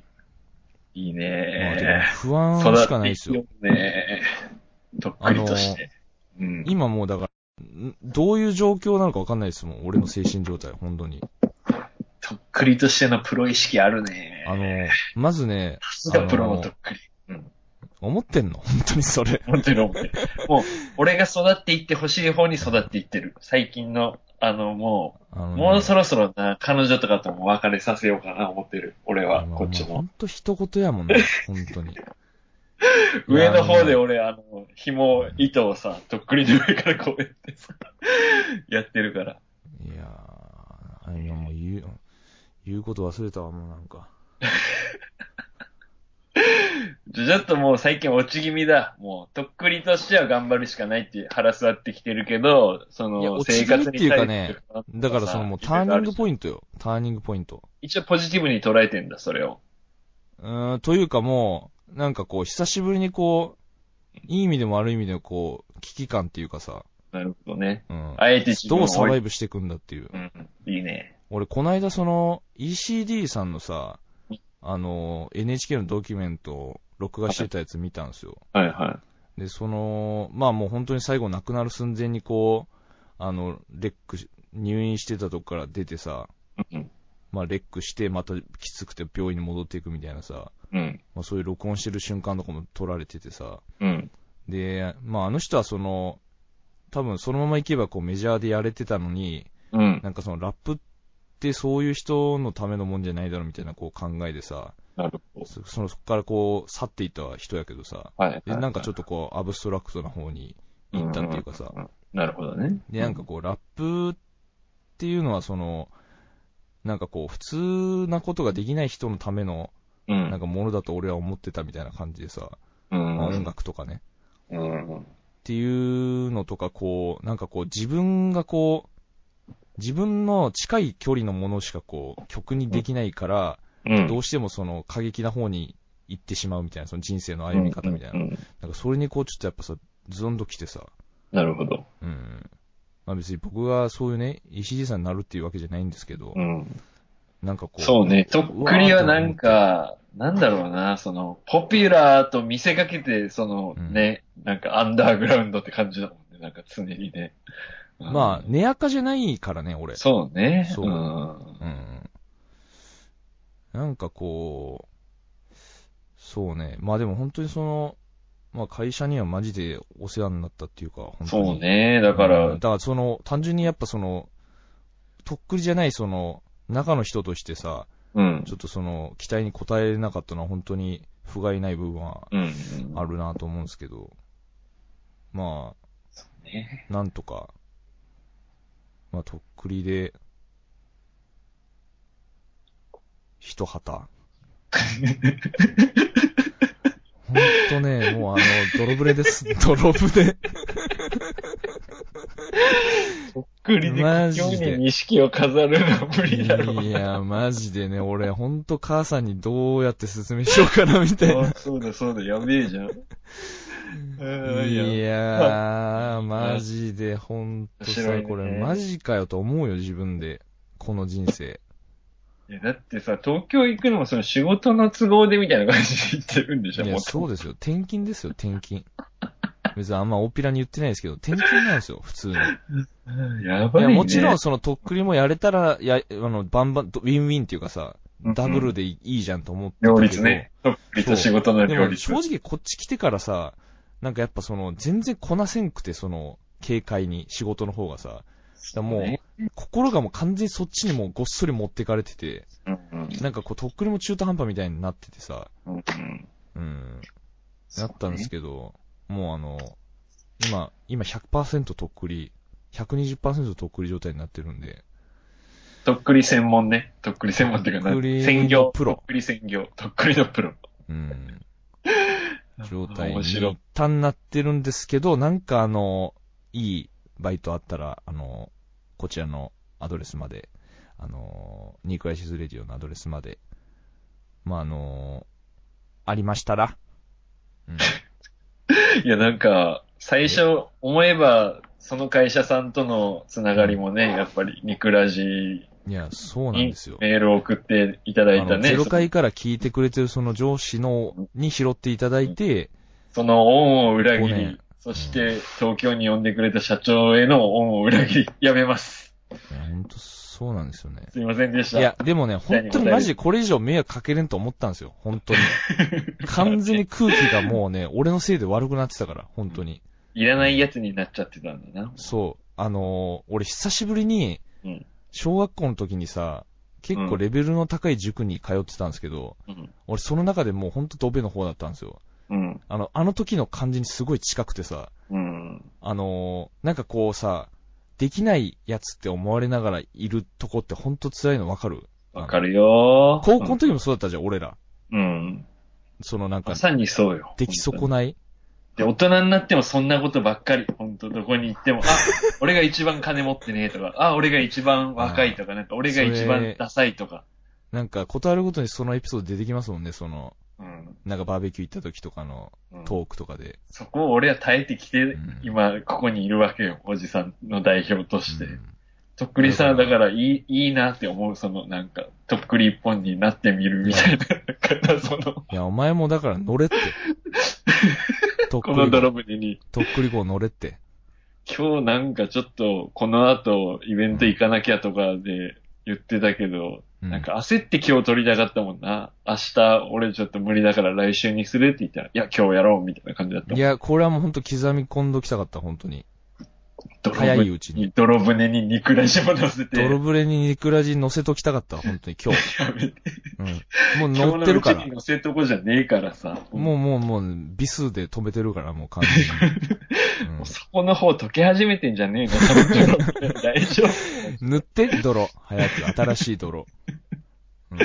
[SPEAKER 3] いい
[SPEAKER 1] まあ、てか
[SPEAKER 3] ね
[SPEAKER 1] 不安
[SPEAKER 3] 育
[SPEAKER 1] しかないです
[SPEAKER 3] ってい
[SPEAKER 1] よ
[SPEAKER 3] く。よね。とっくりとして。うん。
[SPEAKER 1] 今もうだから、んどういう状況なのかわかんないですもん、俺の精神状態、本当に。
[SPEAKER 3] とっくりとしてのプロ意識あるね。
[SPEAKER 1] あの、まずね、
[SPEAKER 3] さすがプロのとっくり。
[SPEAKER 1] 思ってんの本当にそれ。
[SPEAKER 3] 思ってる 思ってる。もう、俺が育っていってほしい方に育っていってる。最近の、あの、も
[SPEAKER 1] あのね
[SPEAKER 3] う、もうそろそろな、彼女とかとも別れさせようかな、思ってる。俺は、
[SPEAKER 1] まあ
[SPEAKER 3] こっち
[SPEAKER 1] もう
[SPEAKER 3] も。
[SPEAKER 1] 本当一言やもんね、本当に。
[SPEAKER 3] 上の方
[SPEAKER 1] い
[SPEAKER 3] で
[SPEAKER 1] や
[SPEAKER 3] 俺、あの、紐、糸をさ、とっくりの上からこうやってさ、やってるから。
[SPEAKER 1] いやー、いやもう言う、言うこと忘れたわ、もうなんか。
[SPEAKER 3] ちょちょっともう最近落ち気味だ。もう、とっくりとしては頑張るしかないって腹座ってきてるけど、そ
[SPEAKER 1] いや
[SPEAKER 3] の、
[SPEAKER 1] 落ち
[SPEAKER 3] 生
[SPEAKER 1] 気味
[SPEAKER 3] 活
[SPEAKER 1] っ
[SPEAKER 3] に
[SPEAKER 1] ていうかね
[SPEAKER 3] 対して
[SPEAKER 1] だからそのもうターニングポイ
[SPEAKER 3] ント。
[SPEAKER 1] ントよ。ターニングポイント。
[SPEAKER 3] 一応ポジティブに捉えてんだ、それを。
[SPEAKER 1] うーん、というかもう、なんかこう、久しぶりにこう、いい意味でも悪い意味でもこう、危機感っていうかさ、
[SPEAKER 3] なるほどね。
[SPEAKER 1] うん。
[SPEAKER 3] あえて自分
[SPEAKER 1] ど
[SPEAKER 3] を
[SPEAKER 1] うサ
[SPEAKER 3] 追い
[SPEAKER 1] バイブしていくんだっていう。
[SPEAKER 3] うん、いいね。
[SPEAKER 1] 俺、こないだその、ECD さんのさ、あの、NHK のドキュメントを録画してたやつ見たんですよ。
[SPEAKER 3] はいは
[SPEAKER 1] で、その、まあもう本当に最後亡くなる寸前にこう、あの、レックし、入院してたとこから出てさ、
[SPEAKER 3] い。うん。
[SPEAKER 1] まあレックして、またきつくて病院に戻っていくみたいなさ、
[SPEAKER 3] うん。
[SPEAKER 1] まあそういう録音してる瞬間とかも撮られててさ、
[SPEAKER 3] うん。
[SPEAKER 1] で、まああの人はその、多分そのまま行けばこうメジャーでやれてたのに、
[SPEAKER 3] うん。
[SPEAKER 1] なんかそのラップってそういう人のためのもんじゃないだろうみたいなこう考えでさ、
[SPEAKER 3] なるほど。
[SPEAKER 1] そそのそこからこう去っていった人やけどさ、
[SPEAKER 3] はい。
[SPEAKER 1] でなんかちょっとこうアブストラクトな方に行ったっていうかさ、
[SPEAKER 3] なるほどね。
[SPEAKER 1] で、なんかこう、ラップっていうのは、その、なんかこう、普通なことができない人のための、
[SPEAKER 3] う
[SPEAKER 1] なん
[SPEAKER 3] ん。
[SPEAKER 1] かものだと俺は思ってたみたいな感じでさ、
[SPEAKER 3] う
[SPEAKER 1] まあ音
[SPEAKER 3] ん。
[SPEAKER 1] 楽とかね。
[SPEAKER 3] うん。
[SPEAKER 1] っていうのとか、こう、なんかこう、自分がこう、自分の近い距離のものしかこう、曲にできないから、
[SPEAKER 3] うん。
[SPEAKER 1] ど
[SPEAKER 3] う
[SPEAKER 1] うしてもその、過激な方に行ってしまうみたいな、その人生の歩み方みたいな。
[SPEAKER 3] な。
[SPEAKER 1] なんかそれにこう、ちょっとやっぱさ、ズンと来てさ、
[SPEAKER 3] なるほど。
[SPEAKER 1] うん。まあ別に僕がそういうね、ECG さんになるっていうわけじゃないんですけど
[SPEAKER 3] う、ん。
[SPEAKER 1] なんかこう。
[SPEAKER 3] そうね。とっくりはなんか、なんだろうな、その、ポピュラーと見せかけて、その
[SPEAKER 1] うん
[SPEAKER 3] ね、なんかアンダーグラウンドって感じだもんね。なんか常にね。うん
[SPEAKER 1] まあ、、根やかじゃないからね、俺。
[SPEAKER 3] そうね。。
[SPEAKER 1] そううんうん。なんかこう、そうね。まあでも本当にその、まあ会社にはマジでお世話になったっていうか、本当に。
[SPEAKER 3] そうね。だから、
[SPEAKER 1] うんだからその、単純にやっぱその、とっくりじゃないその、中の人としてさ、
[SPEAKER 3] うん
[SPEAKER 1] ち。ょっとその、期待に応えれなかったのは本当に不甲斐ない部分は
[SPEAKER 3] うん。
[SPEAKER 1] あるなと思うんですけど、ま
[SPEAKER 3] ね。
[SPEAKER 1] あ、なんとか、まあ、とっくりで、一旗。ほんとね、もうあの、泥ぶれ です。泥ぶれ。
[SPEAKER 3] くりで
[SPEAKER 1] マ
[SPEAKER 3] 今
[SPEAKER 1] ジ
[SPEAKER 3] 日
[SPEAKER 1] で
[SPEAKER 3] に錦を飾るのは無理だろう。
[SPEAKER 1] いや、マジでね、俺、ほんと母さんにどうやって説明しようかな、みたい な。
[SPEAKER 3] あそうだそうだ、やべえ じゃん。うん
[SPEAKER 1] い
[SPEAKER 3] や
[SPEAKER 1] やー、マジで、ほんと
[SPEAKER 3] 面白い
[SPEAKER 1] さ、
[SPEAKER 3] ね
[SPEAKER 1] これ、マジかよと思うよ、自分で。この人生。
[SPEAKER 3] いやだってさ、東京行くのもその仕事の都合でみたいな感じで行ってるんでしょ、
[SPEAKER 1] い
[SPEAKER 3] も
[SPEAKER 1] や、
[SPEAKER 3] う。
[SPEAKER 1] そうですよ。転勤ですよ、転 勤。別にあんま大っぴらに言ってないですけど、転勤なんですよ、普通 に。い
[SPEAKER 3] やばい、
[SPEAKER 1] や、
[SPEAKER 3] ね。
[SPEAKER 1] もちろん、その、とっくりもやれたら、や、あの、バンバン、ウィンウィンっていうかさ、ダブルでいいいいじゃんと思ってたけど。
[SPEAKER 3] 両立ね。とっくりと仕事の
[SPEAKER 1] で
[SPEAKER 3] 両
[SPEAKER 1] も、
[SPEAKER 3] 立。
[SPEAKER 1] 正直こっち来てからさ、なんかやっぱその、全然こなせんくて、その、軽快に、仕事の方がさ、だからもう、心がもう完全にそっちにもうごっそり持ってかれてて、
[SPEAKER 3] うんうん
[SPEAKER 1] なんかこう、とっくりも中途半端みたいになっててさ、
[SPEAKER 3] うんうん
[SPEAKER 1] うん、なったんですけど、もうあの、今、今100%とっくり、120%とっくり状態になってるんで、
[SPEAKER 3] とっくり専門ね。とっくり専門っていうかな
[SPEAKER 1] とっくりの
[SPEAKER 3] 専業。
[SPEAKER 1] プロ
[SPEAKER 3] とっくり専業。とっくりのプロ。
[SPEAKER 1] うん、状態に
[SPEAKER 3] 面白い
[SPEAKER 1] 一。旦なってるんですけど、なんかあの、いいバイトあったら、あの、こちらのアドレスまで、あの、ニークライシスレディオのアドレスまで、まあ、あの、ありましたら、うん、
[SPEAKER 3] いや、なんか、最初思えば、その会社さんとのつながりもね、やっぱり、ニクラジ
[SPEAKER 1] いや、そうなん
[SPEAKER 3] に
[SPEAKER 1] ですよ。
[SPEAKER 3] メールを送っていただい
[SPEAKER 1] あ
[SPEAKER 3] た
[SPEAKER 1] の
[SPEAKER 3] ね
[SPEAKER 1] ゼ。ロ回から聞いてくれてるその上司の、に拾っていただいて、
[SPEAKER 3] その恩を裏切
[SPEAKER 1] ごめ
[SPEAKER 3] り
[SPEAKER 1] ん、
[SPEAKER 3] そして東京に呼んでくれた社長への恩を裏切り、やめます。
[SPEAKER 1] いや、本当そうなんですよね。
[SPEAKER 3] すいませんでし
[SPEAKER 1] い
[SPEAKER 3] た。
[SPEAKER 1] や、でもね、本当にマジでこれ以上迷惑かけれんと思ったんですよ、本 当に。完全に空気がもうね、俺のせいで悪くなってたから、本当に。
[SPEAKER 3] いらないやつになっちゃってたんだな。
[SPEAKER 1] そう。あのー俺久しぶりに
[SPEAKER 3] うん、
[SPEAKER 1] 小学校の時にさ、結構レベルの高い塾に通ってたんですけど、
[SPEAKER 3] うん。
[SPEAKER 1] 俺その中でもう本当ドベの方だったんですよ。
[SPEAKER 3] うん。
[SPEAKER 1] あの、あの時の感じにすごい近くてさ、
[SPEAKER 3] うん。
[SPEAKER 1] あのーなんかこうさ、できないやつって思われながらいるとこってほんと辛いのわかる
[SPEAKER 3] わかるよー
[SPEAKER 1] 高校の時もそうだったじゃん、俺ら。
[SPEAKER 3] うん。
[SPEAKER 1] そのなんか
[SPEAKER 3] ま、さにそうよ。
[SPEAKER 1] 出来損ない
[SPEAKER 3] で、大人になってもそんなことばっかり。本当どこに行っても、あ、 俺が一番金持ってねえとか、あ、俺が一番若いとか、なんか俺が一
[SPEAKER 1] そ
[SPEAKER 3] 番
[SPEAKER 1] れ
[SPEAKER 3] ダサいとか。
[SPEAKER 1] なんか、断るごとにそのエピソード出てきますもんね、その、
[SPEAKER 3] うん。
[SPEAKER 1] なんかバーベキュー行った時とかの
[SPEAKER 3] うん
[SPEAKER 1] トークとかで。
[SPEAKER 3] そこを俺は耐えてきて、
[SPEAKER 1] ん
[SPEAKER 3] 今、ここにいるわけよ。おじさんの代表として。
[SPEAKER 1] うん
[SPEAKER 3] とっくりさん、
[SPEAKER 1] だ
[SPEAKER 3] だ
[SPEAKER 1] か
[SPEAKER 3] からいい、いいなって思う、その、なんか、とっくり一本になってみるみたいな、なんかその、
[SPEAKER 1] いや、お前もだから乗 れって。とっく
[SPEAKER 3] この
[SPEAKER 1] り
[SPEAKER 3] 泥
[SPEAKER 1] 号、
[SPEAKER 3] 船に、
[SPEAKER 1] とっくり号乗れって。
[SPEAKER 3] 今日なんかちょっと、この後、イベント行かなきゃとかで言ってたけど、
[SPEAKER 1] うん
[SPEAKER 3] なんか焦って今日撮りたかったもんな。明日、俺ちょっと無理だから来週にするって言ったら、いや、今日やろうみたいな感じだったもん。
[SPEAKER 1] いや、これはもうほんと刻み込んどきたかった、本当に。
[SPEAKER 3] 泥船
[SPEAKER 1] 早いうちに。
[SPEAKER 3] に、泥船に肉らしも乗せて、
[SPEAKER 1] 泥船にニクラジ乗せときたかった、本当に今日。
[SPEAKER 3] やめて
[SPEAKER 1] うん。もう乗ってるから
[SPEAKER 3] 今日のうちに。乗せるとこじゃねえからさ。
[SPEAKER 1] もうもうもう、ビスで止めてるから、もう完全に。
[SPEAKER 3] もうそこの方溶け始めてんじゃねえ の彼女大丈夫。
[SPEAKER 1] うん、塗って、泥。早く、新しい 泥。うん、ま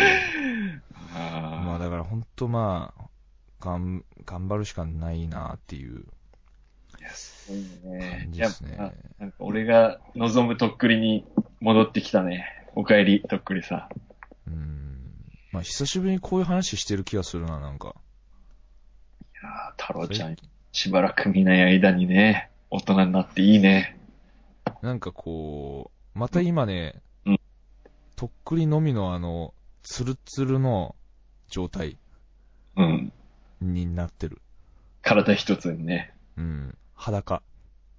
[SPEAKER 1] あ
[SPEAKER 3] あ
[SPEAKER 1] だから本当まあ、がん、頑張るしかないなっていう
[SPEAKER 3] あ、いや、すごいね
[SPEAKER 1] 感。
[SPEAKER 3] い
[SPEAKER 1] じで
[SPEAKER 3] や
[SPEAKER 1] すね。
[SPEAKER 3] まあなんか俺が望むとっくりに戻ってきたね。お帰り、とっくりさん。
[SPEAKER 1] うん。まあ久しぶりにこういう話してる気がするな、なんか。
[SPEAKER 3] いやー太郎ちゃん、しばらく見ない間にね、大人になっていいね。
[SPEAKER 1] なんかこう、また今ね、
[SPEAKER 3] うん
[SPEAKER 1] とっくりのみのあの、ツルツルの状態
[SPEAKER 3] うん。
[SPEAKER 1] になってる。
[SPEAKER 3] 体一つにね。
[SPEAKER 1] うん。裸。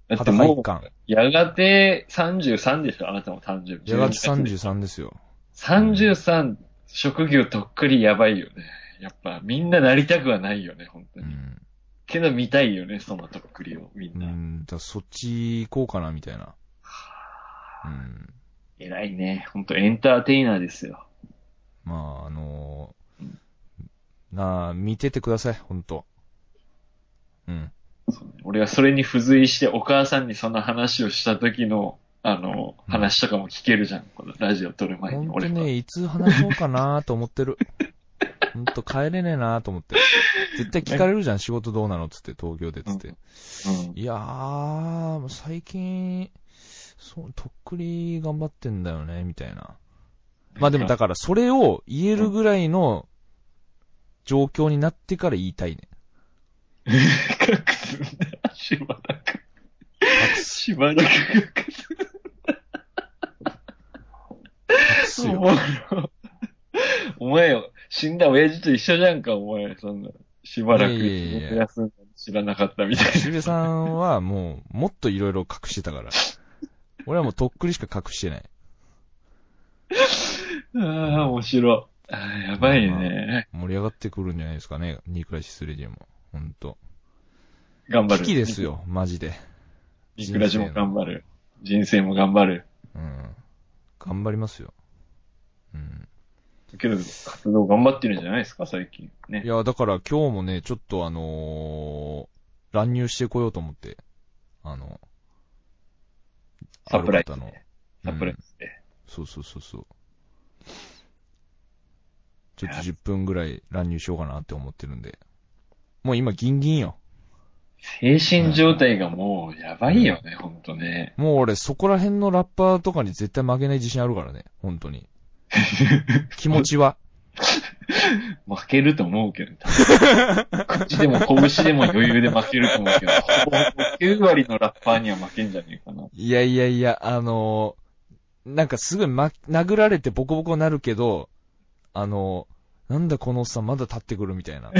[SPEAKER 3] だって
[SPEAKER 1] 裸一
[SPEAKER 3] もう、
[SPEAKER 1] 貫。
[SPEAKER 3] やがて33でしょあなたも誕生日。
[SPEAKER 1] やがて33ですよ。
[SPEAKER 3] 33、職業とっくりやばいよね。やっぱみんななりたくはないよね、本当
[SPEAKER 1] う
[SPEAKER 3] に。
[SPEAKER 1] ん。
[SPEAKER 3] けど見たいよね、そのとっくりを、み
[SPEAKER 1] うん
[SPEAKER 3] な。
[SPEAKER 1] ん。だからそっち行こうかな、みたいな。うん。
[SPEAKER 3] 偉いね。ほんとエンターテイナーですよ。
[SPEAKER 1] まあ、あのーなあ、見ててください、ほんと。うん。
[SPEAKER 3] 俺はそれに付随してお母さんにその話をした時の、あの、
[SPEAKER 1] うん
[SPEAKER 3] 話とかも聞けるじゃん。このラジオ撮る前
[SPEAKER 1] ほ
[SPEAKER 3] に
[SPEAKER 1] んと
[SPEAKER 3] 俺は。
[SPEAKER 1] ね、いつ話そうかなと思ってる。 ほんと帰れねえなと思って。絶対聞かれるじゃん、仕事どうなのっつって、東京でっつって。
[SPEAKER 3] うん、
[SPEAKER 1] いやー、もう最近、そう、とっくり頑張ってんだよね、みたいな。まあでもだから、それを言えるぐらいの状況になってから言いたいね。
[SPEAKER 3] 隠すんだ。しばらく。しばらく隠す。
[SPEAKER 1] 隠す
[SPEAKER 3] お
[SPEAKER 1] よ。
[SPEAKER 3] もろお前よ、死んだ親父と一緒じゃんか、お前。そんな、しばらく
[SPEAKER 1] いやいやいや
[SPEAKER 3] 休んだの知らなかったみたい
[SPEAKER 1] しべさんはもう、もっといろいろ隠してたから。俺はもうとっくりしか隠してない。
[SPEAKER 3] な。ああ、面白い。ああ、やばいね。
[SPEAKER 1] 盛り上がってくるんじゃないですかね、ニークライシスレディオも。ほんと。
[SPEAKER 3] 頑張る。
[SPEAKER 1] 危機ですよ、マジで。
[SPEAKER 3] ニクラジも頑張る。人生も頑張る。
[SPEAKER 1] うん。頑張りますよ。うん。
[SPEAKER 3] けど、活動頑張ってるんじゃないですか、最近。ね
[SPEAKER 1] い。や、だから今日もね、ちょっとあのー乱入してこようと思って、あの、
[SPEAKER 3] サプライズ
[SPEAKER 1] ある
[SPEAKER 3] で
[SPEAKER 1] 方の
[SPEAKER 3] サプライズで。
[SPEAKER 1] そうそうそうそう。ちょっと10分ぐらい乱入しようかなって思ってるんで。もう今ギンギンよ。
[SPEAKER 3] 精神状態がもう、やばいよね、ほんとね。
[SPEAKER 1] もう俺そこら辺のラッパーとかに絶対負けない自信あるからね。本当 に。気持ちは。
[SPEAKER 3] 負けると思うけど。口でも拳でも余裕で負けると思うけど、ほぼほぼ9割のラッパーには負けんじゃねえかな。
[SPEAKER 1] いやいやいや、あのーなんかすごい、ま、殴られてボコボコになるけど、あのーなんだこのおっさんまだ立ってくるみた いな。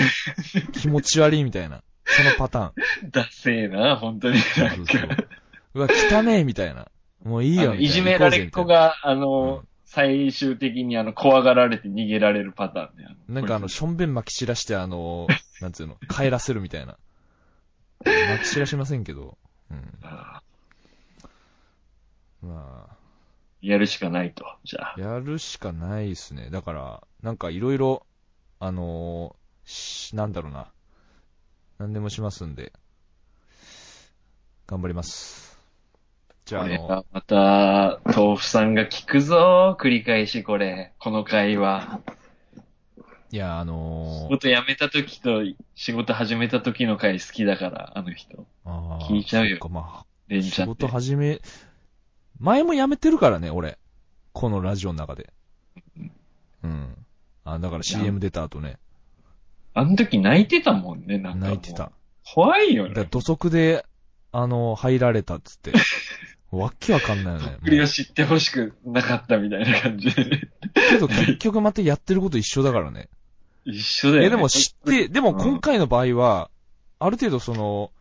[SPEAKER 1] 気持ち悪いみたいな。そのパターン。
[SPEAKER 3] ダセえな、ほんとに。
[SPEAKER 1] そうそうそう。うわ、汚ねえみたいな。もういいよ
[SPEAKER 3] あの
[SPEAKER 1] みたいな。
[SPEAKER 3] いじめられっ子が、あ
[SPEAKER 1] う
[SPEAKER 3] の
[SPEAKER 1] ん、
[SPEAKER 3] 最終的にあの、怖がられて逃げられるパターンね。
[SPEAKER 1] なんかあの、
[SPEAKER 3] こ
[SPEAKER 1] しょんべん撒き散らして、あの、なんつうの、帰らせるみたいな。撒き散らしませんけど、うん。
[SPEAKER 3] いつあ
[SPEAKER 1] ま
[SPEAKER 3] ーやるしかないと。じゃあ
[SPEAKER 1] あ、。やるしかないですね。だから、なんかいろいろ、あのーしなんだろうな。なんでもしますんで。頑張ります。じゃあ、
[SPEAKER 3] こ
[SPEAKER 1] あ
[SPEAKER 3] れ
[SPEAKER 1] の、
[SPEAKER 3] がまた、豆腐さんが聞くぞ、繰り返しこれ、この会話。
[SPEAKER 1] いや、あの
[SPEAKER 3] 仕
[SPEAKER 1] ー
[SPEAKER 3] 事辞めた時と、仕事始めた時の回好きだから、あの人。
[SPEAKER 1] あー
[SPEAKER 3] 聞いちゃうよ
[SPEAKER 1] そっか、ま
[SPEAKER 3] レ
[SPEAKER 1] あ、
[SPEAKER 3] ンち
[SPEAKER 1] 仕
[SPEAKER 3] ゃんって
[SPEAKER 1] 事。始め、前も辞めてるからね、俺。このラジオの中で。うん。あ、だから CM 出た後ね。
[SPEAKER 3] あの時泣いてたもんね、なんか。
[SPEAKER 1] 泣いて。た。
[SPEAKER 3] 怖いよ
[SPEAKER 1] だから
[SPEAKER 3] ね。
[SPEAKER 1] 土足で、あの、入られたっつ って。わっけわかんないよね。もう
[SPEAKER 3] 僕りを知ってほしくなかったみたいな感じで。
[SPEAKER 1] けど結局またやってること一緒だからね。
[SPEAKER 3] 一緒だ
[SPEAKER 1] い
[SPEAKER 3] よね。
[SPEAKER 1] やでも知って、でも今回の場合は、ある程度その、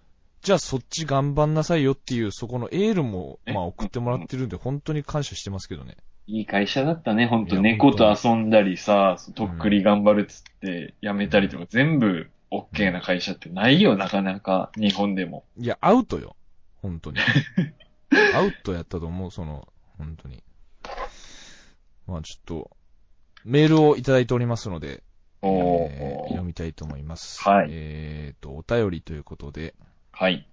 [SPEAKER 1] じゃあそっち頑張んなさいよっていう、そこのエールも、まあ送ってもらってるんで、本当に感謝してますけどね。
[SPEAKER 3] いい会社だったね、ほん
[SPEAKER 1] い
[SPEAKER 3] と。
[SPEAKER 1] や
[SPEAKER 3] 猫と
[SPEAKER 1] 本
[SPEAKER 3] 遊んだりさ、とっくり頑張るっつって、辞めたりとか、全部、オッケーな会社ってないよ、なかなか、日本でも。
[SPEAKER 1] いや、アウトよ。本 当に。アウトやったと思う、その、本当に。まあちょっと、メールをいただいておりますので、
[SPEAKER 3] お
[SPEAKER 1] えー読
[SPEAKER 3] ー。
[SPEAKER 1] みたいと思います。
[SPEAKER 3] はい
[SPEAKER 1] えーと、お便りということで、
[SPEAKER 3] はい。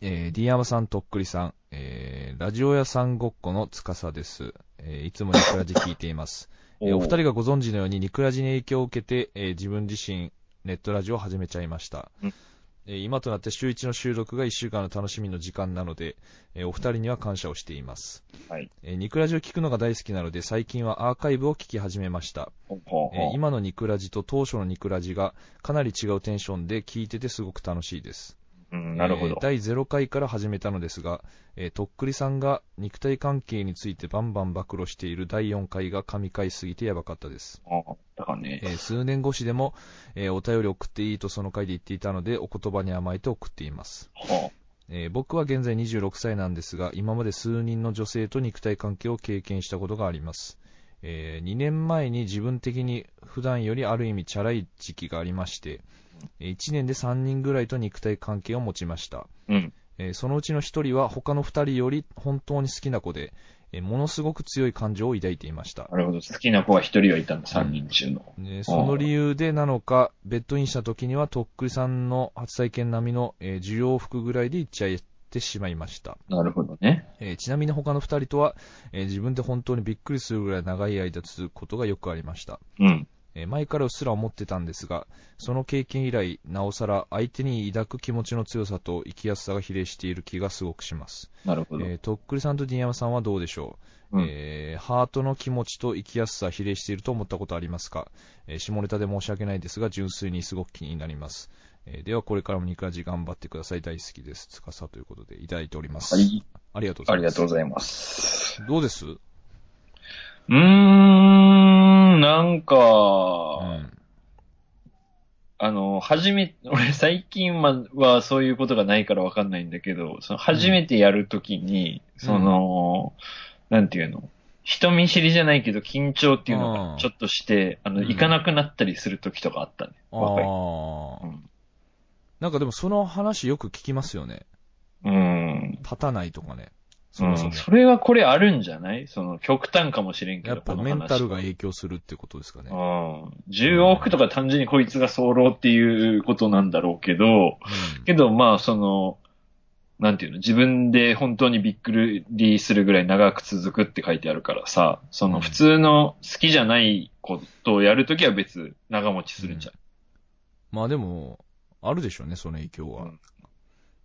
[SPEAKER 1] えー、D 山さん、とっくりさん、えー、ラジオ屋さんごっこのつかさです。えー、いつもニクラジ聞いています。 えーお二人
[SPEAKER 3] が、
[SPEAKER 1] がご存知のように、ニクラジに影響を受けて、えー自分自身、ネットラジオを始めちゃいました。
[SPEAKER 3] うん
[SPEAKER 1] えー今となって週1の収録が1週間の楽しみの時間なので、えーお二人には感謝をしています。
[SPEAKER 3] はい
[SPEAKER 1] えーニクラジを聞くのが大好きなので、最近はアーカイブを聞き始めました。
[SPEAKER 3] ほうほう
[SPEAKER 1] えー
[SPEAKER 3] ほう
[SPEAKER 1] 今のニクラジと当初のニクラジがかなり違うテンションで聞いててすごく楽しいです。
[SPEAKER 3] うん、なるほ
[SPEAKER 1] えー
[SPEAKER 3] ど。
[SPEAKER 1] 第0回から始めたのですが、えーとっくりさんが肉体関係についてバンバン暴露している第4回が神回すぎてやばかったです。
[SPEAKER 3] あだからね
[SPEAKER 1] え。ー数年越しでも、えーお便り送っていいとその回で言っていたので、お言葉に甘えて送っています。
[SPEAKER 3] ほ
[SPEAKER 1] えー僕は現在26歳なんですが、今まで数人の女性と肉体関係を経験したことがあります。え2年前に自分的に普段よりある意味チャラい時期がありまして、1年で3人ぐらいと肉体関係を持ちました。
[SPEAKER 3] ううん。
[SPEAKER 1] えーそのうちの1人は他の2人より本当に好きな子で、えーものすごく強い感情を抱いていました。
[SPEAKER 3] なるほど。好きな子は一人はいたの、三人中の。
[SPEAKER 1] ね、その理由でなのか、ベッドインした時にはとっくりさんの初体験並みの、えー、需要服ぐらいでいっちゃってしまいました。
[SPEAKER 3] なるほどね。
[SPEAKER 1] えーちなみに他の2人とは、えー自分で本当にびっくりするぐらい長い間続くことがよくありました、
[SPEAKER 3] うん。
[SPEAKER 1] えー前からうっすら思ってたんですがその経験以来なおさら相手に抱く気持ちの強さと生きやすさが比例している気がすごくします、
[SPEAKER 3] なるほど。
[SPEAKER 1] えーとっくりさんとディヤマさんはどうでしょう、
[SPEAKER 3] うん
[SPEAKER 1] えーハートの気持ちと生きやすさ比例していると思ったことありますか、えー下ネタで申し訳ないですが純粋にすごく気になります、えーではこれからもニクラジ頑張ってください大好きです司ということでいただいております、
[SPEAKER 3] はい。
[SPEAKER 1] ありがとうござ
[SPEAKER 3] あ
[SPEAKER 1] い
[SPEAKER 3] り
[SPEAKER 1] ま
[SPEAKER 3] が
[SPEAKER 1] す
[SPEAKER 3] とうございます。
[SPEAKER 1] どうです
[SPEAKER 3] うーん、なんか、
[SPEAKER 1] うん
[SPEAKER 3] あの、初め、 俺最近ははそういうことがないからわかんないんだけど、その初めてやるときに、その、なんていうの、人見知りじゃないけど緊張っていうの
[SPEAKER 1] うん
[SPEAKER 3] がちょっとして、あの、
[SPEAKER 1] うん
[SPEAKER 3] 行かなくなったりするときとかあったね。若い。
[SPEAKER 1] ああ、
[SPEAKER 3] うん
[SPEAKER 1] なんかでもその話よく聞きますよね。
[SPEAKER 3] うん。
[SPEAKER 1] 立たないとかね。そもそも
[SPEAKER 3] うん、それはこれあるんじゃないその極端かもしれんけど、
[SPEAKER 1] やっぱ
[SPEAKER 3] この
[SPEAKER 1] メ
[SPEAKER 3] 話
[SPEAKER 1] ンタルが影響するってことですかね。
[SPEAKER 3] うん。10億とか単純にこいつが早漏っていうことなんだろうけど、
[SPEAKER 1] うん
[SPEAKER 3] けどまあその、なんていうの、自分で本当にびっくりするぐらい長く続くって書いてあるからさ、その普通の好きじゃないことをやるときは別、長持ちするんじゃん。
[SPEAKER 1] まあでも、あるでしょうね、その影響は。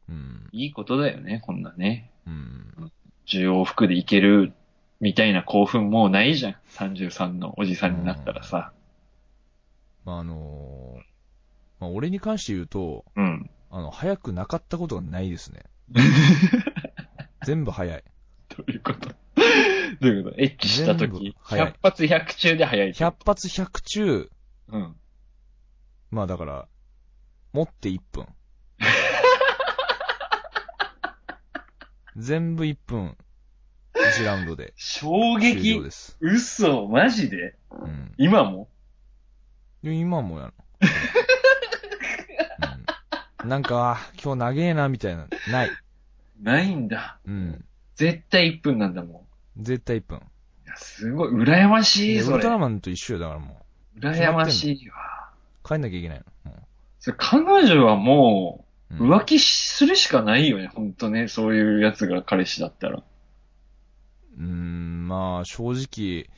[SPEAKER 1] うん。
[SPEAKER 3] いいことだよね、こんなね。
[SPEAKER 1] うん。
[SPEAKER 3] 10往復でいけるみたいな興奮もうないじゃん。33のおじさんになったらさ。
[SPEAKER 1] まああのーまあ俺に関して言うと、
[SPEAKER 3] うん。
[SPEAKER 1] あの、早くなかったことがないですね。全部早い。
[SPEAKER 3] どういうことどういうことエッチしたと
[SPEAKER 1] 全部
[SPEAKER 3] き、
[SPEAKER 1] 早い
[SPEAKER 3] 100発100中で早い。
[SPEAKER 1] 100発100中、
[SPEAKER 3] うん。
[SPEAKER 1] まあだから、持って1分。全部1分、1ラウンドで
[SPEAKER 3] 衝
[SPEAKER 1] 終了
[SPEAKER 3] 撃
[SPEAKER 1] です。
[SPEAKER 3] 嘘マジで
[SPEAKER 1] うん。
[SPEAKER 3] 今も
[SPEAKER 1] で今もや る。うん、なんか、あ今日長えな、みたいな。ない。
[SPEAKER 3] ないんだ。
[SPEAKER 1] うん。
[SPEAKER 3] 絶対1分なんだも
[SPEAKER 1] 絶対1分。
[SPEAKER 3] ん。いや、すごい、羨ましい、
[SPEAKER 1] ウ
[SPEAKER 3] そ
[SPEAKER 1] ル
[SPEAKER 3] れ
[SPEAKER 1] ト。ラマンと一緒よ、だからも
[SPEAKER 3] 羨ましいわ。
[SPEAKER 1] う。帰んなきゃいけないの。も
[SPEAKER 3] それ彼女は
[SPEAKER 1] うう
[SPEAKER 3] もう、
[SPEAKER 1] ん
[SPEAKER 3] 浮気するしかないよね、ほんとね。そういうやつが彼氏だったら。
[SPEAKER 1] うーん、まあ、正直、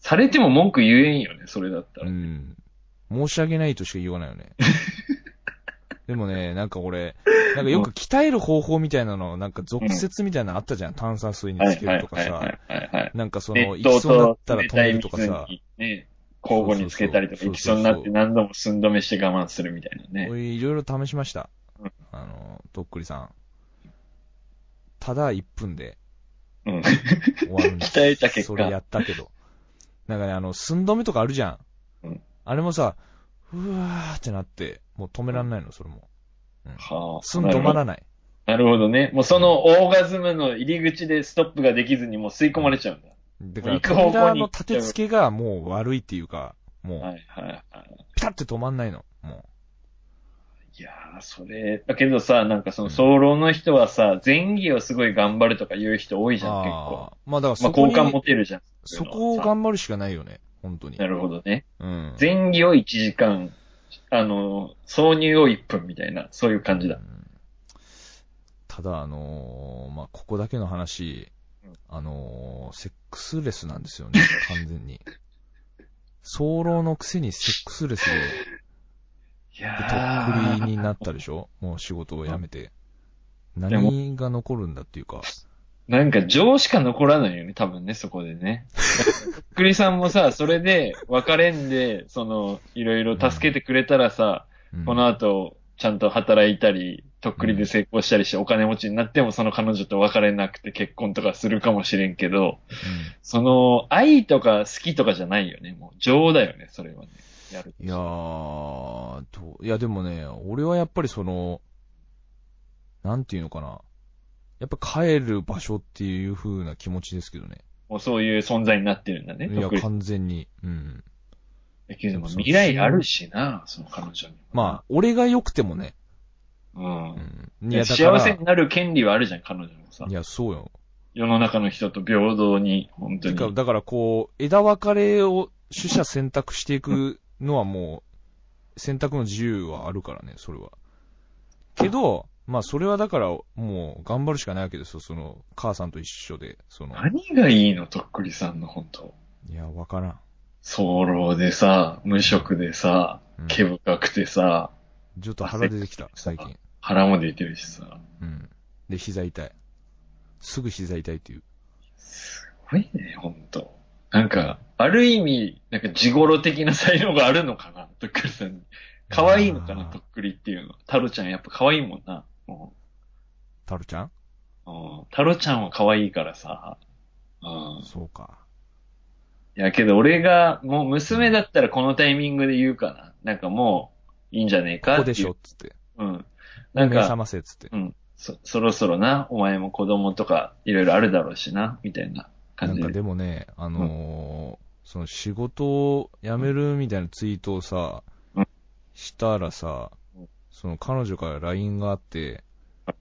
[SPEAKER 3] されても文句言えんよね、それだった
[SPEAKER 1] う
[SPEAKER 3] ら。
[SPEAKER 1] ん。申し訳ないとしか言わないよ ね。でもね、なんか俺、なんかよく鍛える方法みたいなの、なんか俗説みたいなのあったじゃん。炭酸水に
[SPEAKER 3] はい
[SPEAKER 1] つけるとか
[SPEAKER 3] はいはい
[SPEAKER 1] さ。
[SPEAKER 3] はいはいはい。
[SPEAKER 1] なんかその、
[SPEAKER 3] 熱
[SPEAKER 1] 行き
[SPEAKER 3] 湯
[SPEAKER 1] そうになっ
[SPEAKER 3] と
[SPEAKER 1] たら
[SPEAKER 3] 冷
[SPEAKER 1] 止
[SPEAKER 3] た
[SPEAKER 1] め
[SPEAKER 3] い
[SPEAKER 1] るとか
[SPEAKER 3] 水
[SPEAKER 1] さ。
[SPEAKER 3] にね、交互につけたりとか、
[SPEAKER 1] そう
[SPEAKER 3] 行
[SPEAKER 1] そう
[SPEAKER 3] き
[SPEAKER 1] そう
[SPEAKER 3] そうになって何度も寸止めして我慢するみたいなね。
[SPEAKER 1] 俺、いろいろ試しました
[SPEAKER 3] うん。
[SPEAKER 1] あの、とっくりさん。ただ1分で
[SPEAKER 3] うん。
[SPEAKER 1] 終わるんです
[SPEAKER 3] 鍛えた結
[SPEAKER 1] それや
[SPEAKER 3] 果。
[SPEAKER 1] ったけど。なんかね、あの、寸止めとかあるじゃん。
[SPEAKER 3] うん
[SPEAKER 1] あれもさ、うわーってなって、もう止めらんないの、それも。
[SPEAKER 3] はあ
[SPEAKER 1] 寸止まらない。
[SPEAKER 3] なるほどね。もうそのオーガズムの入り口でストップができずにもう吸い込まれちゃうんだ。
[SPEAKER 1] だから、
[SPEAKER 3] 行く方向
[SPEAKER 1] 扉
[SPEAKER 3] に
[SPEAKER 1] の立て付けがもう悪いっていうか、
[SPEAKER 3] は
[SPEAKER 1] もう、
[SPEAKER 3] いはいはい。
[SPEAKER 1] ピタって止まんないの。も。
[SPEAKER 3] いやー、それ、だけどさ、なんかその早漏の人はさ、前儀をすごい頑張るとか言う人多いうじゃん、結構。
[SPEAKER 1] あーまあだから
[SPEAKER 3] まあ
[SPEAKER 1] そこ
[SPEAKER 3] 好
[SPEAKER 1] に、
[SPEAKER 3] 感持てるじゃん。
[SPEAKER 1] そこを
[SPEAKER 3] 張
[SPEAKER 1] 頑張るしかないよね、本当に
[SPEAKER 3] な。るほどね。
[SPEAKER 1] うん。
[SPEAKER 3] 前儀を1時間、あの、挿入を1分みたいな、そういう感じだ
[SPEAKER 1] う。んただ、あのーまあ、ここだけの話
[SPEAKER 3] うん、
[SPEAKER 1] あのーセックスレスなんです よね、完全に。早漏のくせにセックスレスで、
[SPEAKER 3] いや
[SPEAKER 1] でとっくり
[SPEAKER 3] ー、
[SPEAKER 1] になったでしょもう仕事を辞めて。
[SPEAKER 3] でも
[SPEAKER 1] 何が残るんだっていうか。
[SPEAKER 3] なんか情しか残らないよね、多分ね、そこでね。とっくりさんも さ、それで別れんで、その、いろいろ助けてくれたらさ、
[SPEAKER 1] うん
[SPEAKER 3] この後、ちゃんと働いたり、とっくりで成功したりして、お金持ちになっても、その彼女と別れなくて結婚とかするかもしれんけど、その、愛とか好きとかじゃないよね。もう、情だよね、それはね。やると
[SPEAKER 1] いやーと、いやでもね、俺はやっぱりその、なんていうのかな。やっぱ帰る場所っていう風な気持ちですけどね。
[SPEAKER 3] もうそういう存在になってるんだね、
[SPEAKER 1] い
[SPEAKER 3] とっ
[SPEAKER 1] や
[SPEAKER 3] く、りさん。
[SPEAKER 1] 完全に。うん。
[SPEAKER 3] だけども、未来あるしな、その彼女に。
[SPEAKER 1] まあ、俺が良くてもね。
[SPEAKER 3] あ、うん
[SPEAKER 1] う。ん。
[SPEAKER 3] い
[SPEAKER 1] い
[SPEAKER 3] や
[SPEAKER 1] や、だから。
[SPEAKER 3] 幸せになる権利はあるじゃん、彼女もさ
[SPEAKER 1] い。や、そうよ。
[SPEAKER 3] 世の中の人と平等に、本当
[SPEAKER 1] てか、
[SPEAKER 3] に。
[SPEAKER 1] だからこう、枝分かれを取捨選択していくのはもう、選択の自由はあるからね、それは。けど、まあそれはだから、もう頑張るしかないわけですよ、その、母さんと一緒で、その、
[SPEAKER 3] 何がいいの、とっくりさんの、本当
[SPEAKER 1] いや、わからん。
[SPEAKER 3] 早漏でさ、無職でさ、
[SPEAKER 1] うん
[SPEAKER 3] 毛深くてさ、
[SPEAKER 1] ちょっと腹出てきた、最近。
[SPEAKER 3] 腹も出てるしさ。
[SPEAKER 1] うん。で、膝痛い。すぐ膝痛いっていう。
[SPEAKER 3] すごいね、ほんと。なんか、ある意味、なんか、地頃的な才能があるのかな、とっくりさんに。可愛いのかな、
[SPEAKER 1] あー
[SPEAKER 3] とっくりっていうのは。タロちゃんやっぱ可愛いもんな。も
[SPEAKER 1] タルちゃん
[SPEAKER 3] ううんタロちゃんは可愛いからさ。うん
[SPEAKER 1] そうか。
[SPEAKER 3] いやけど俺が、もう娘だったらこのタイミングで言うかな。なんかもう、いいんじゃねえ
[SPEAKER 1] こ
[SPEAKER 3] か
[SPEAKER 1] こ
[SPEAKER 3] ってい
[SPEAKER 1] で
[SPEAKER 3] う
[SPEAKER 1] しょ、つって。
[SPEAKER 3] うん。
[SPEAKER 1] 目
[SPEAKER 3] なん
[SPEAKER 1] 覚
[SPEAKER 3] か、
[SPEAKER 1] ませ、つって。
[SPEAKER 3] うんそ。そろそろな、お前も子供とかいろいろあるだろうしな、みたいな
[SPEAKER 1] な
[SPEAKER 3] 感
[SPEAKER 1] ん
[SPEAKER 3] じ
[SPEAKER 1] か
[SPEAKER 3] で。
[SPEAKER 1] でもね、あのーその仕事を辞めるみたいなツイートをさ、
[SPEAKER 3] うん
[SPEAKER 1] したらさ
[SPEAKER 3] うん、
[SPEAKER 1] その彼女から LINE があって、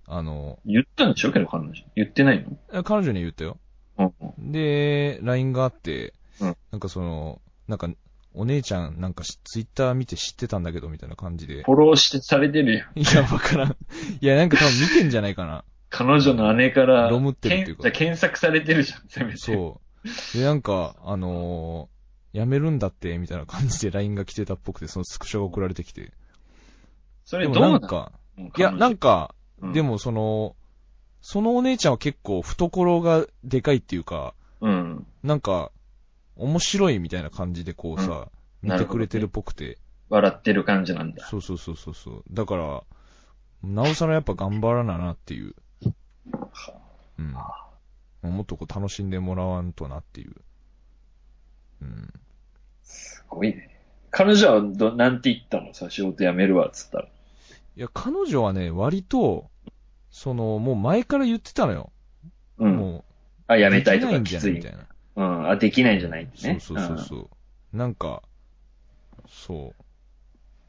[SPEAKER 1] あの、
[SPEAKER 3] 言ったんでしょけど、彼女。言ってないの
[SPEAKER 1] 彼女には言ったよ。
[SPEAKER 3] うん。
[SPEAKER 1] で、LINE があって、
[SPEAKER 3] うん
[SPEAKER 1] なんかその、なんか、お姉ちゃんなんかしツイッター見て知ってたんだけどみたいな感じで。
[SPEAKER 3] フォローしてされてるよ。
[SPEAKER 1] いや、わからん。いや、なんか多分見てんじゃないかな。
[SPEAKER 3] 彼女の姉から、
[SPEAKER 1] ロムってるっていうか
[SPEAKER 3] 検じゃあ検索されてるじゃん、せめて。
[SPEAKER 1] そう。で、なんか、あのー、やめるんだって、みたいな感じで LINE が来てたっぽくて、そのスクショが送られてきて。
[SPEAKER 3] そ
[SPEAKER 1] で
[SPEAKER 3] れど
[SPEAKER 1] もな
[SPEAKER 3] うな
[SPEAKER 1] んんか、
[SPEAKER 3] の
[SPEAKER 1] いや、なん、か、
[SPEAKER 3] 彼女
[SPEAKER 1] で、もその、そのお姉ちゃんは結構懐がでかいっていうか、
[SPEAKER 3] うん。
[SPEAKER 1] なんか、面白いみたいな感じでこうさ、
[SPEAKER 3] うん
[SPEAKER 1] 見てくれてるっぽくて。
[SPEAKER 3] 笑ってる感じなんだ。
[SPEAKER 1] そうそうそうそうそう。だから、なおさらやっぱ頑張らななっていう。うん。もっとこう楽しんでもらわんとなっていう。うん。
[SPEAKER 3] すごいね。彼女はど、なんて言ったのさ、仕事辞めるわ、っつったら。
[SPEAKER 1] いや、彼女はね、割と、その、もう前から言ってたのよ。
[SPEAKER 3] うん。
[SPEAKER 1] も
[SPEAKER 3] あ、
[SPEAKER 1] う、
[SPEAKER 3] 辞めたいと
[SPEAKER 1] できな
[SPEAKER 3] か
[SPEAKER 1] ん
[SPEAKER 3] き
[SPEAKER 1] じゃ
[SPEAKER 3] つ
[SPEAKER 1] ないみ
[SPEAKER 3] い
[SPEAKER 1] た。いな。
[SPEAKER 3] うん。あ、できないんじゃないってね。
[SPEAKER 1] そうそうそうそう、なんか、そう。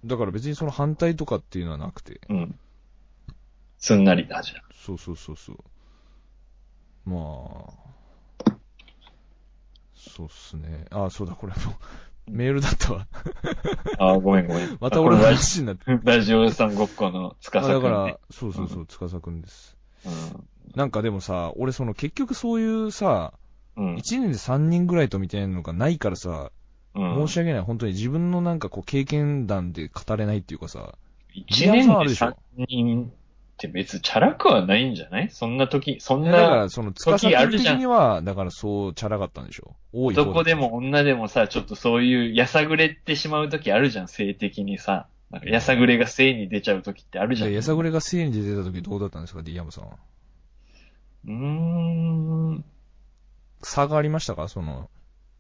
[SPEAKER 1] だから別にその反対とかっていうのはなくて。
[SPEAKER 3] うん。うん。すんなりだ、じゃあ
[SPEAKER 1] そうそうそうそう。まあ、そうっすね。あ、そうだ、 これもメールだったわ。
[SPEAKER 3] あ、ごめんごめん。
[SPEAKER 1] また俺の
[SPEAKER 3] あこ
[SPEAKER 1] 話になって。
[SPEAKER 3] れラジオさんごっこの 司
[SPEAKER 1] あ
[SPEAKER 3] くんね
[SPEAKER 1] だから、そうそうそう、司くんです。なんかでもさ、俺その結局そういうさ、
[SPEAKER 3] うん。うん。
[SPEAKER 1] 1年で3人ぐらいとみたいなのがないからさ、
[SPEAKER 3] うん。
[SPEAKER 1] 申し訳ない。本当に自分のなんかこう経験談で語れないっていうかさ、
[SPEAKER 3] 一年で
[SPEAKER 1] あるでしょ
[SPEAKER 3] 3人って別にチャラくはないんじゃないそんな時、そん
[SPEAKER 1] だか
[SPEAKER 3] な
[SPEAKER 1] ら、その、つかさ
[SPEAKER 3] 時ある
[SPEAKER 1] 的
[SPEAKER 3] じゃん
[SPEAKER 1] には、だからそう、チャラかったんでしょ多い方だ
[SPEAKER 3] 男でも女でもさ、ちょっとそういうやさぐれってしまう時あるじゃん、性的にさ。なんかやさぐれが性に出ちゃう時ってあるじゃん。
[SPEAKER 1] でやさ
[SPEAKER 3] う
[SPEAKER 1] ぐれが生に出てた時どうだったんですか、D 山さん。
[SPEAKER 3] ーん。
[SPEAKER 1] 差がありましたかその、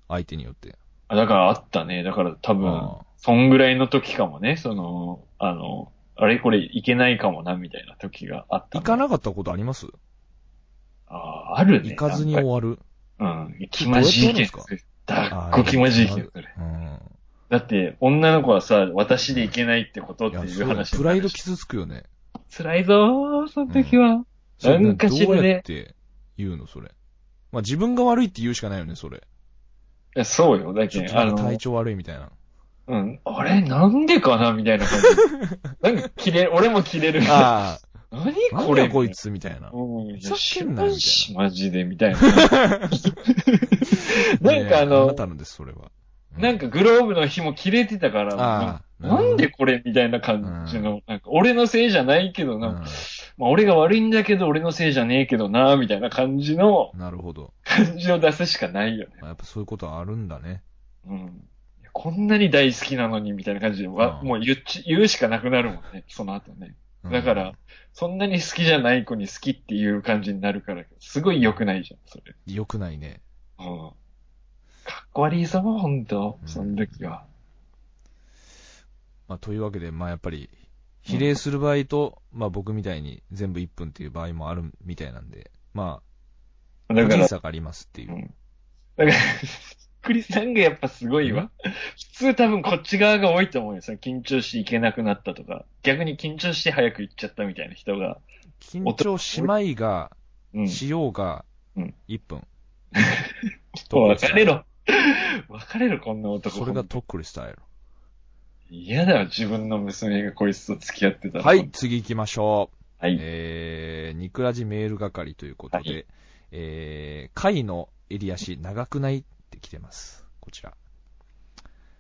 [SPEAKER 1] 相手によって。
[SPEAKER 3] あだからあったね。だから多分
[SPEAKER 1] あ、
[SPEAKER 3] そんぐらいの時かもね。その、あの、あれこれいけないかもな、みたいな時があった
[SPEAKER 1] 行
[SPEAKER 3] の。
[SPEAKER 1] かなかったことあります
[SPEAKER 3] あーあるね。
[SPEAKER 1] 行かずに終
[SPEAKER 3] なんか
[SPEAKER 1] わる。
[SPEAKER 3] うん。気まじいけ
[SPEAKER 1] どうやっ
[SPEAKER 3] んす
[SPEAKER 1] て
[SPEAKER 3] る。だっこ気まじいけんする。
[SPEAKER 1] うん。
[SPEAKER 3] だって、女の子はさ、私でいけないってことっ
[SPEAKER 1] い
[SPEAKER 3] て
[SPEAKER 1] や、
[SPEAKER 3] い
[SPEAKER 1] そううだね
[SPEAKER 3] 話。
[SPEAKER 1] プライド傷つくよね。
[SPEAKER 3] 辛いぞー、その時は。
[SPEAKER 1] それ
[SPEAKER 3] なんかしらね
[SPEAKER 1] どうやって言うの、それ。まあ、自分が悪いって言うしかないよね、それ。
[SPEAKER 3] いやそうよ。だ
[SPEAKER 1] ちょ
[SPEAKER 3] け
[SPEAKER 1] っと
[SPEAKER 3] ど、あ
[SPEAKER 1] なんか
[SPEAKER 3] の
[SPEAKER 1] 体、調悪いみたいな。
[SPEAKER 3] うん。あれなんでかなみたい な感じ。なんか、切れ、俺も切れる。
[SPEAKER 1] あ
[SPEAKER 3] 何
[SPEAKER 1] あ、
[SPEAKER 3] こ
[SPEAKER 1] これ
[SPEAKER 3] れ
[SPEAKER 1] こい。つみたいな。
[SPEAKER 3] うん。い
[SPEAKER 1] ふざ
[SPEAKER 3] や
[SPEAKER 1] け
[SPEAKER 3] し
[SPEAKER 1] んなよみたいな
[SPEAKER 3] マジで、みたいな。
[SPEAKER 1] ね
[SPEAKER 3] なんかあ
[SPEAKER 1] あ
[SPEAKER 3] の
[SPEAKER 1] な、たのです、それは。う
[SPEAKER 3] なんか、グローブの紐切れてたから、
[SPEAKER 1] ああ
[SPEAKER 3] な
[SPEAKER 1] なるほ
[SPEAKER 3] ん
[SPEAKER 1] ど
[SPEAKER 3] でこれみたいな感じの、なんか俺のせいじゃないけど
[SPEAKER 1] う
[SPEAKER 3] な、
[SPEAKER 1] ん
[SPEAKER 3] まあ俺が悪いんだけど俺のせいじゃねえけどな、みたいな感じの
[SPEAKER 1] なるほど。
[SPEAKER 3] 感じを出すしかないよね。
[SPEAKER 1] まあやっぱそういうことはあるんだね。
[SPEAKER 3] うんこんなに大好きなのに、みたいな感じで、わ
[SPEAKER 1] うん
[SPEAKER 3] もう言っち、言うしかなくなるもんね、その後ね。
[SPEAKER 1] うん
[SPEAKER 3] だから、、そんなに好きじゃない子に好きっていう感じになるから、すごい良くないじゃん、それ。
[SPEAKER 1] 良くないね。
[SPEAKER 3] うん。かっこ悪いぞ、ほんと
[SPEAKER 1] う、ん
[SPEAKER 3] その時は。
[SPEAKER 1] まあ、というわけで、まあ、やっぱり、比例する場合と、まあ、僕みたいに全部1分っていう場合もあるみたいなんで、まあ、
[SPEAKER 3] だ
[SPEAKER 1] 個
[SPEAKER 3] か
[SPEAKER 1] 人
[SPEAKER 3] ら、
[SPEAKER 1] 差がありますっていう
[SPEAKER 3] う。ん。だから、栗さんがやっぱすごいわ。普通多分こっち側が多いと思うよ。その緊張していけなくなったとか、逆に緊張して早く行っちゃったみたいな人が。
[SPEAKER 1] 緊張しまいが、
[SPEAKER 3] うん。
[SPEAKER 1] しようが
[SPEAKER 3] うん、
[SPEAKER 1] 1分。
[SPEAKER 3] もう別れろ。別れろ、こんな男。
[SPEAKER 1] それがとっくりスタイル。
[SPEAKER 3] 嫌だよ、自分の娘がこいつと付き合ってたら。
[SPEAKER 1] はい、。次行きましょう。
[SPEAKER 3] はい。
[SPEAKER 1] えー、ニクラジメール係ということで、
[SPEAKER 3] は
[SPEAKER 1] えー、回の襟足長くないって来てます。こちら。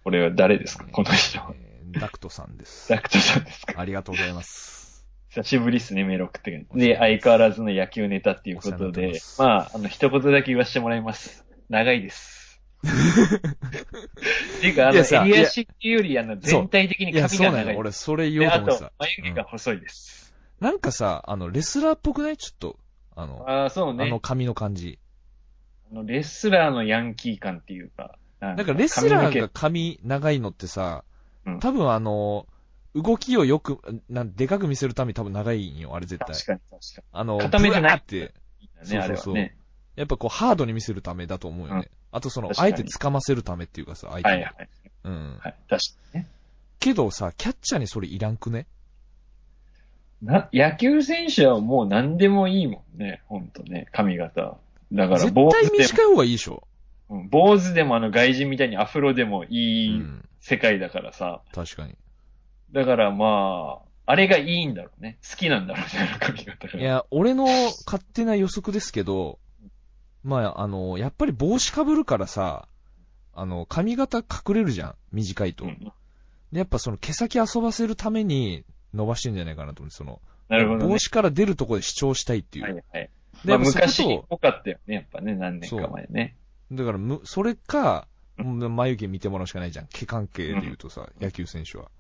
[SPEAKER 3] これは誰ですか
[SPEAKER 1] えー
[SPEAKER 3] この人は。
[SPEAKER 1] えーダクトさんです
[SPEAKER 3] ダ。クトさんですか
[SPEAKER 1] ありがとうございます。
[SPEAKER 3] 久しぶりですね、メール送ってく
[SPEAKER 1] お
[SPEAKER 3] る。
[SPEAKER 1] 世話にな
[SPEAKER 3] で、
[SPEAKER 1] ってます
[SPEAKER 3] 相変わらずの野球ネタっていうこ
[SPEAKER 1] お世話
[SPEAKER 3] と
[SPEAKER 1] になって
[SPEAKER 3] で
[SPEAKER 1] ま、す
[SPEAKER 3] まあ、あの、一言だけ言わせてもらいます。長い です。っていうか、あ
[SPEAKER 1] い
[SPEAKER 3] の、
[SPEAKER 1] やさ
[SPEAKER 3] 襟足っていうより、あの、全体的に
[SPEAKER 1] いや、
[SPEAKER 3] 髪
[SPEAKER 1] そう
[SPEAKER 3] が
[SPEAKER 1] な
[SPEAKER 3] 長
[SPEAKER 1] の。
[SPEAKER 3] い。
[SPEAKER 1] 俺、それ言
[SPEAKER 3] で、
[SPEAKER 1] おうと
[SPEAKER 3] あ
[SPEAKER 1] 思って
[SPEAKER 3] と
[SPEAKER 1] た、。
[SPEAKER 3] 眉毛が細いです。
[SPEAKER 1] なんかさ、あの、レスラーっぽくないちょっと、あの、
[SPEAKER 3] ああ、そう
[SPEAKER 1] あの
[SPEAKER 3] ね。
[SPEAKER 1] 髪の感じ。
[SPEAKER 3] あの、レスラーのヤンキー感っていうか。な
[SPEAKER 1] なんかレスラー
[SPEAKER 3] 髪の
[SPEAKER 1] が髪長いのってさ
[SPEAKER 3] うん、
[SPEAKER 1] 多分あの、動きをよく、なんでかく見せるために多分長いんよ、あれ絶
[SPEAKER 3] 毛
[SPEAKER 1] 対。
[SPEAKER 3] 確かに確か
[SPEAKER 1] あの、
[SPEAKER 3] 固めてない
[SPEAKER 1] ブワーって、
[SPEAKER 3] に。ね、あ
[SPEAKER 1] そ
[SPEAKER 3] れ
[SPEAKER 1] う
[SPEAKER 3] は
[SPEAKER 1] そうそう
[SPEAKER 3] ね。
[SPEAKER 1] やっぱこうハードに見せるためだと思うよ
[SPEAKER 3] う
[SPEAKER 1] ね。あとその、
[SPEAKER 3] 確
[SPEAKER 1] あ
[SPEAKER 3] か
[SPEAKER 1] え
[SPEAKER 3] に
[SPEAKER 1] て掴ませるためっていうかさ、相手
[SPEAKER 3] は
[SPEAKER 1] に
[SPEAKER 3] いはい。
[SPEAKER 1] うん。
[SPEAKER 3] はい。確かにね。
[SPEAKER 1] けどさ、キャッチャーにそれいらんくね
[SPEAKER 3] な、野球選手はもう何でもいいもんね。ほんとね。髪型。だから、
[SPEAKER 1] 絶
[SPEAKER 3] 坊
[SPEAKER 1] 対
[SPEAKER 3] 主で
[SPEAKER 1] 短い方がいいでしょ。
[SPEAKER 3] も、うん坊主でもあの外人みたいにアフロでも
[SPEAKER 1] う
[SPEAKER 3] いい
[SPEAKER 1] ん。
[SPEAKER 3] 世界だからさ。
[SPEAKER 1] 確かに。
[SPEAKER 3] だからまあ、あれがいいんだろうね。好きなんだろうね、あの髪型が。
[SPEAKER 1] いや、俺の勝手な予測ですけど、まあ、あの、やっぱり帽子かぶるからさ、あの、髪型隠れるじゃん。短いと。
[SPEAKER 3] うん
[SPEAKER 1] で、やっぱその毛先遊ばせるために伸ばしてんじゃないかなと思って、その、
[SPEAKER 3] なるほどね。
[SPEAKER 1] 帽子から出るとこで主張したいっていう。
[SPEAKER 3] はいはい。
[SPEAKER 1] で
[SPEAKER 3] まあ、
[SPEAKER 1] やっぱ
[SPEAKER 3] 昔
[SPEAKER 1] そ
[SPEAKER 3] っ
[SPEAKER 1] こ
[SPEAKER 3] ぽかったよね、やっぱね、何年か前ね。
[SPEAKER 1] とだからむ、それか、もう眉毛見てもらうしかないじゃん。毛関係で言うとさ、野球選手は。だか